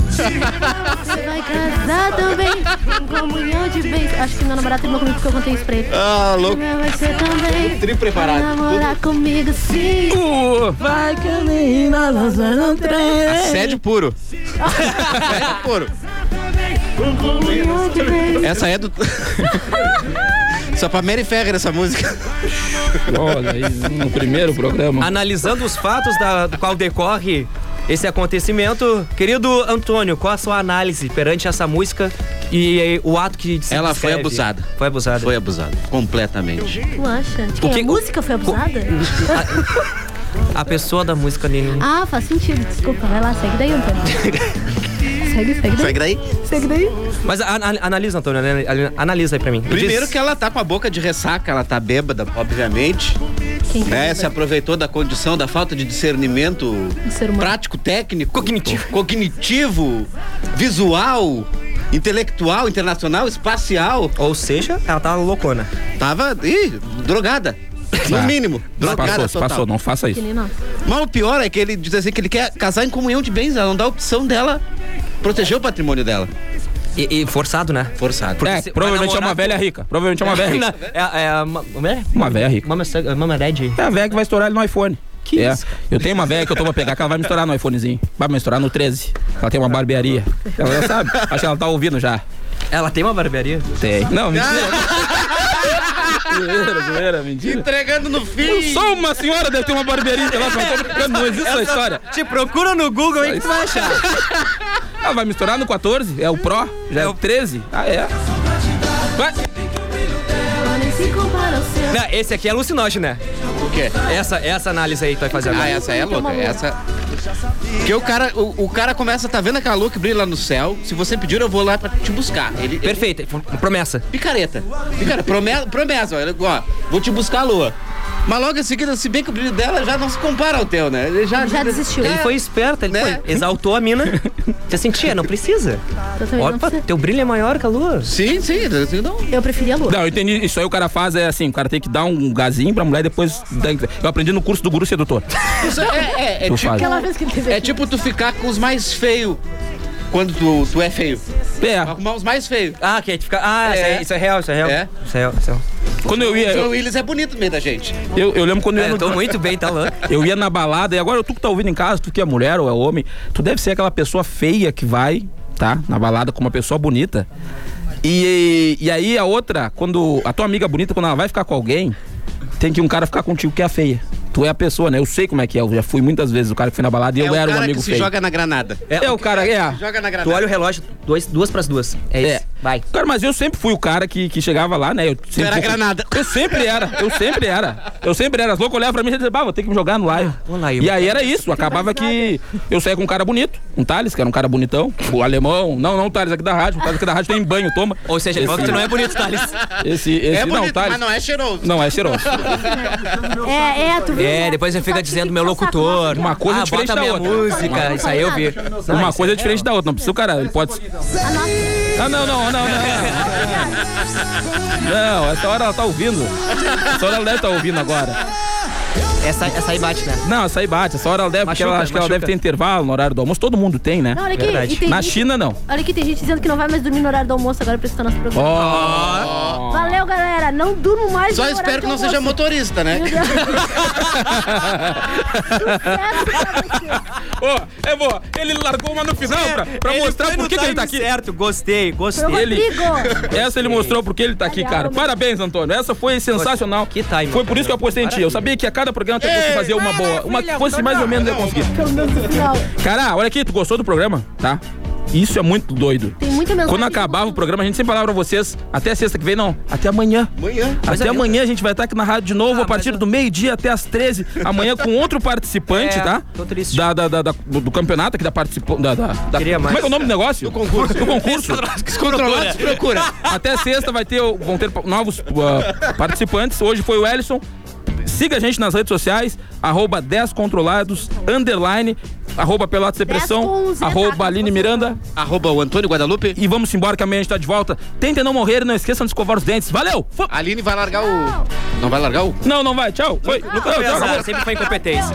Você vai casar também em comunhão de bens. Acho que meu namorado terminou comigo porque eu contei isso pra ele.
Ah, louco.
Meu Vai ser também.
Tri preparado.
Vai namorar comigo sim.
Uh!
Vai que a menina lança no trem.
Assédio [LAUGHS] puro. Assédio puro. Essa é do. [LAUGHS] Só pra Mary Ferrer essa música.
Olha, aí, no primeiro programa.
Analisando os fatos da, do qual decorre esse acontecimento. Querido Antônio, qual a sua análise perante essa música e, eh, o ato que se
Ela foi
descreve?
abusada.
Foi abusada.
Foi abusada. Completamente.
Tu acha? De quem?
que-
a música foi abusada?
A pessoa da música, Nini.
ah, faz sentido. Desculpa, vai lá, segue daí, Antônio. segue, segue daí.
Segue daí.
Segue daí.
Mas a- a- analisa, Antônio, né? analisa aí pra mim. Me
Primeiro
diz-
que ela tá com a boca de ressaca, ela tá bêbada, obviamente. Né? Se aproveitou da condição, da falta de discernimento
ser humano.
prático, técnico, cognitivo, cognitivo visual, intelectual, internacional, espacial.
Ou seja, ela tava loucona.
Tava, ih, drogada. No
Ah,
mínimo,
Não,
drogada
passou,
total.
passou, não faça
Que
isso.
nem nós.
Mas o pior é que ele diz assim que ele quer casar em comunhão de bens, ela não dá a opção dela proteger o patrimônio dela.
E, e forçado, né?
Forçado.
Porque
É,
se-
provavelmente
vai
é uma
namorar-
velha rica.
[LAUGHS]
Provavelmente é uma velha rica.
Não, é, é, uma, como é?
Uma velha rica.
Mama, Sug- Mama Red.
É a velha que vai estourar ele no iPhone. Que é. Eu tenho uma velha que eu tô pra pegar, que ela vai misturar no iPhonezinho. Vai misturar no 13. Ela tem uma barbearia. Ela já sabe. Acho que ela tá ouvindo já.
Ela tem uma barbearia?
Tem. Não, mentira. Zoeira, zoeira, mentira.
Entregando no fim.
Eu sou uma senhora, deve ter uma barbearia lá, só tô brincando, não existe essa história.
Te procura no Google aí que tu vai achar. [LAUGHS]
Ah, vai misturar no 14? É o Pro? Já é o 13? Ah, é. Vai.
Não, esse aqui é alucinógeno, né?
O quê?
Essa, essa análise aí que tu vai fazer
Ah, essa é louca. Essa. Porque o cara, o, o cara começa, tá vendo aquela lua que brilha lá no céu? Se você pedir, eu vou lá pra te buscar. Ele, é
Perfeito, promessa.
Picareta. Picareta, promessa, promessa ó, Ele, ó, vou te buscar a lua. Mas logo em seguida, se bem que o brilho dela já não se compara ao teu, né? Ele já,
Já desistiu.
É,
Ele foi esperto, ele
Né?
foi, exaltou a mina. Já sentia, não precisa.
também não
Opa,
precisa.
teu brilho é maior que a lua.
Sim, sim. Não.
Eu preferi a lua.
Não, eu entendi. Isso aí o cara faz é assim, o cara tem que dar um gazinho pra mulher e depois. dá- Eu aprendi no curso do guru sedutor.
Isso é, é, é
Tu
tipo, [LAUGHS]
faz.
Aquela vez que ele teve
é tipo tu ficar com os mais feios quando tu, tu é feio.
É.
Arrumar os mais feios.
Ah, que aí tu fica. Ah,
É.
isso é- isso é real, isso é real.
É.
Isso é real, isso é real.
Quando eu ia.
O John
Eu,
Willis é bonito no meio da gente.
eu, eu lembro quando eu ia.
É,
no-
eu tô muito bem, tá louco?
[LAUGHS] Eu ia na balada, e agora tu que tá ouvindo em casa, tu que é mulher ou é homem, tu deve ser aquela pessoa feia que vai, tá? Na balada com uma pessoa bonita. E, e aí a outra, quando. A tua amiga bonita, quando ela vai ficar com alguém, tem que um cara ficar contigo que é feia. Tu é a pessoa, né? Eu sei como é que é. Eu já fui muitas vezes o cara que foi na balada e eu
É o
era um
cara
amigo
que se
feio.
joga na granada.
É, o cara, é.
Se joga na
Tu
granada.
olha o relógio, dois, duas pras duas. É
É.
isso. Vai.
Cara, mas eu sempre fui o cara que, que chegava lá, né? Eu sempre
era
fui- [LAUGHS]
granada.
Eu sempre era, eu sempre era. Eu sempre era. As loucas olhavam pra mim e diziam, bah, vou ter que me jogar no laio.
Ô, Laio.
E aí era isso, acabava que
né?
eu saía com um cara bonito, um Thales, que era um cara bonitão, o alemão. Não, não, o Thales aqui da rádio, o Thales aqui da rádio tem banho, toma.
Ou seja, ele
Esse-
falou que tu não é bonito, Thales.
Esse, esse,
É
não,
bonito,
Thales.
mas não é cheiroso.
tá Não, é cheiroso.
É, é, tu viu?
É, depois ele fica dizendo meu locutor.
Uma coisa
ah,
diferente
bota
da
minha
outra.
música. Isso aí eu vi.
Uma coisa é diferente da outra, não precisa o cara, ele pode... Ah, não, não, não, não, não.
[LAUGHS]
Não, essa hora ela tá ouvindo. Essa hora ela deve estar ouvindo agora.
Essa, essa aí bate, né?
Não, essa aí bate. Essa hora ela deve, porque
Machuca,
ela, acho que ela
machuca.
deve ter intervalo no horário do almoço. Todo mundo tem, né?
Não, olha aqui,
Verdade.
e tem
Na
gente-
China, não.
Olha aqui, tem gente dizendo que não vai mais dormir no horário do almoço agora pra escutar nosso programa.
Ó.
Valeu, galera. Não durmo mais
Só
no horário
espero que
do
não seja
almoço.
motorista, né?
Meu Deus. [LAUGHS] Sucesso pra você.
Ô, é bom. Ele largou uma no final pra, pra mostrar por que, que ele tá aqui.
Certo, gostei,
Foi o
gostei.
Ele-
Rodrigo.
Essa ele mostrou porque ele tá aqui, cara. Parabéns, Antônio. Essa foi sensacional.
Que time,
Foi por isso que eu apostei em ti. Eu sabia que a cada programa tu ia fazer uma boa. Uma que fosse mais ou menos eu ia conseguir.
Final.
Cara, olha aqui, tu gostou do programa? Tá? Isso é muito doido.
Tem muita mensagem.
Quando acabava o programa, a gente sempre falava pra vocês, até sexta que vem não, até amanhã.
Amanhã.
Até amanhã a gente vai estar aqui na rádio de novo,
Ah,
a partir do meio-dia até as 13, amanhã com
[LAUGHS]
outro participante,
É,
tá?
tô triste.
Da, da- da- da- do, do campeonato aqui da participação. Da, da- da-
Queria mais.
Como é que é o nome do negócio? Do concurso. Do
[LAUGHS]
concurso.
Descontrolados, procura.
até sexta vai ter, o- vão ter novos ah, participantes. Hoje foi o Ellison. Siga a gente nas redes sociais, arroba 10controlados, underline, arroba Pelotas
com
Depressão,
Z, tá?
arroba Aline Miranda.
Arroba o Antônio Guadalupe.
E vamos embora que amanhã a gente tá de volta. Tentem não morrer e não esqueçam de escovar os dentes. Valeu! Fu-
Aline vai largar o. Não vai largar o.
Não, não vai. Tchau. Foi. Não, tchau, acabou.
Sempre foi incompetência.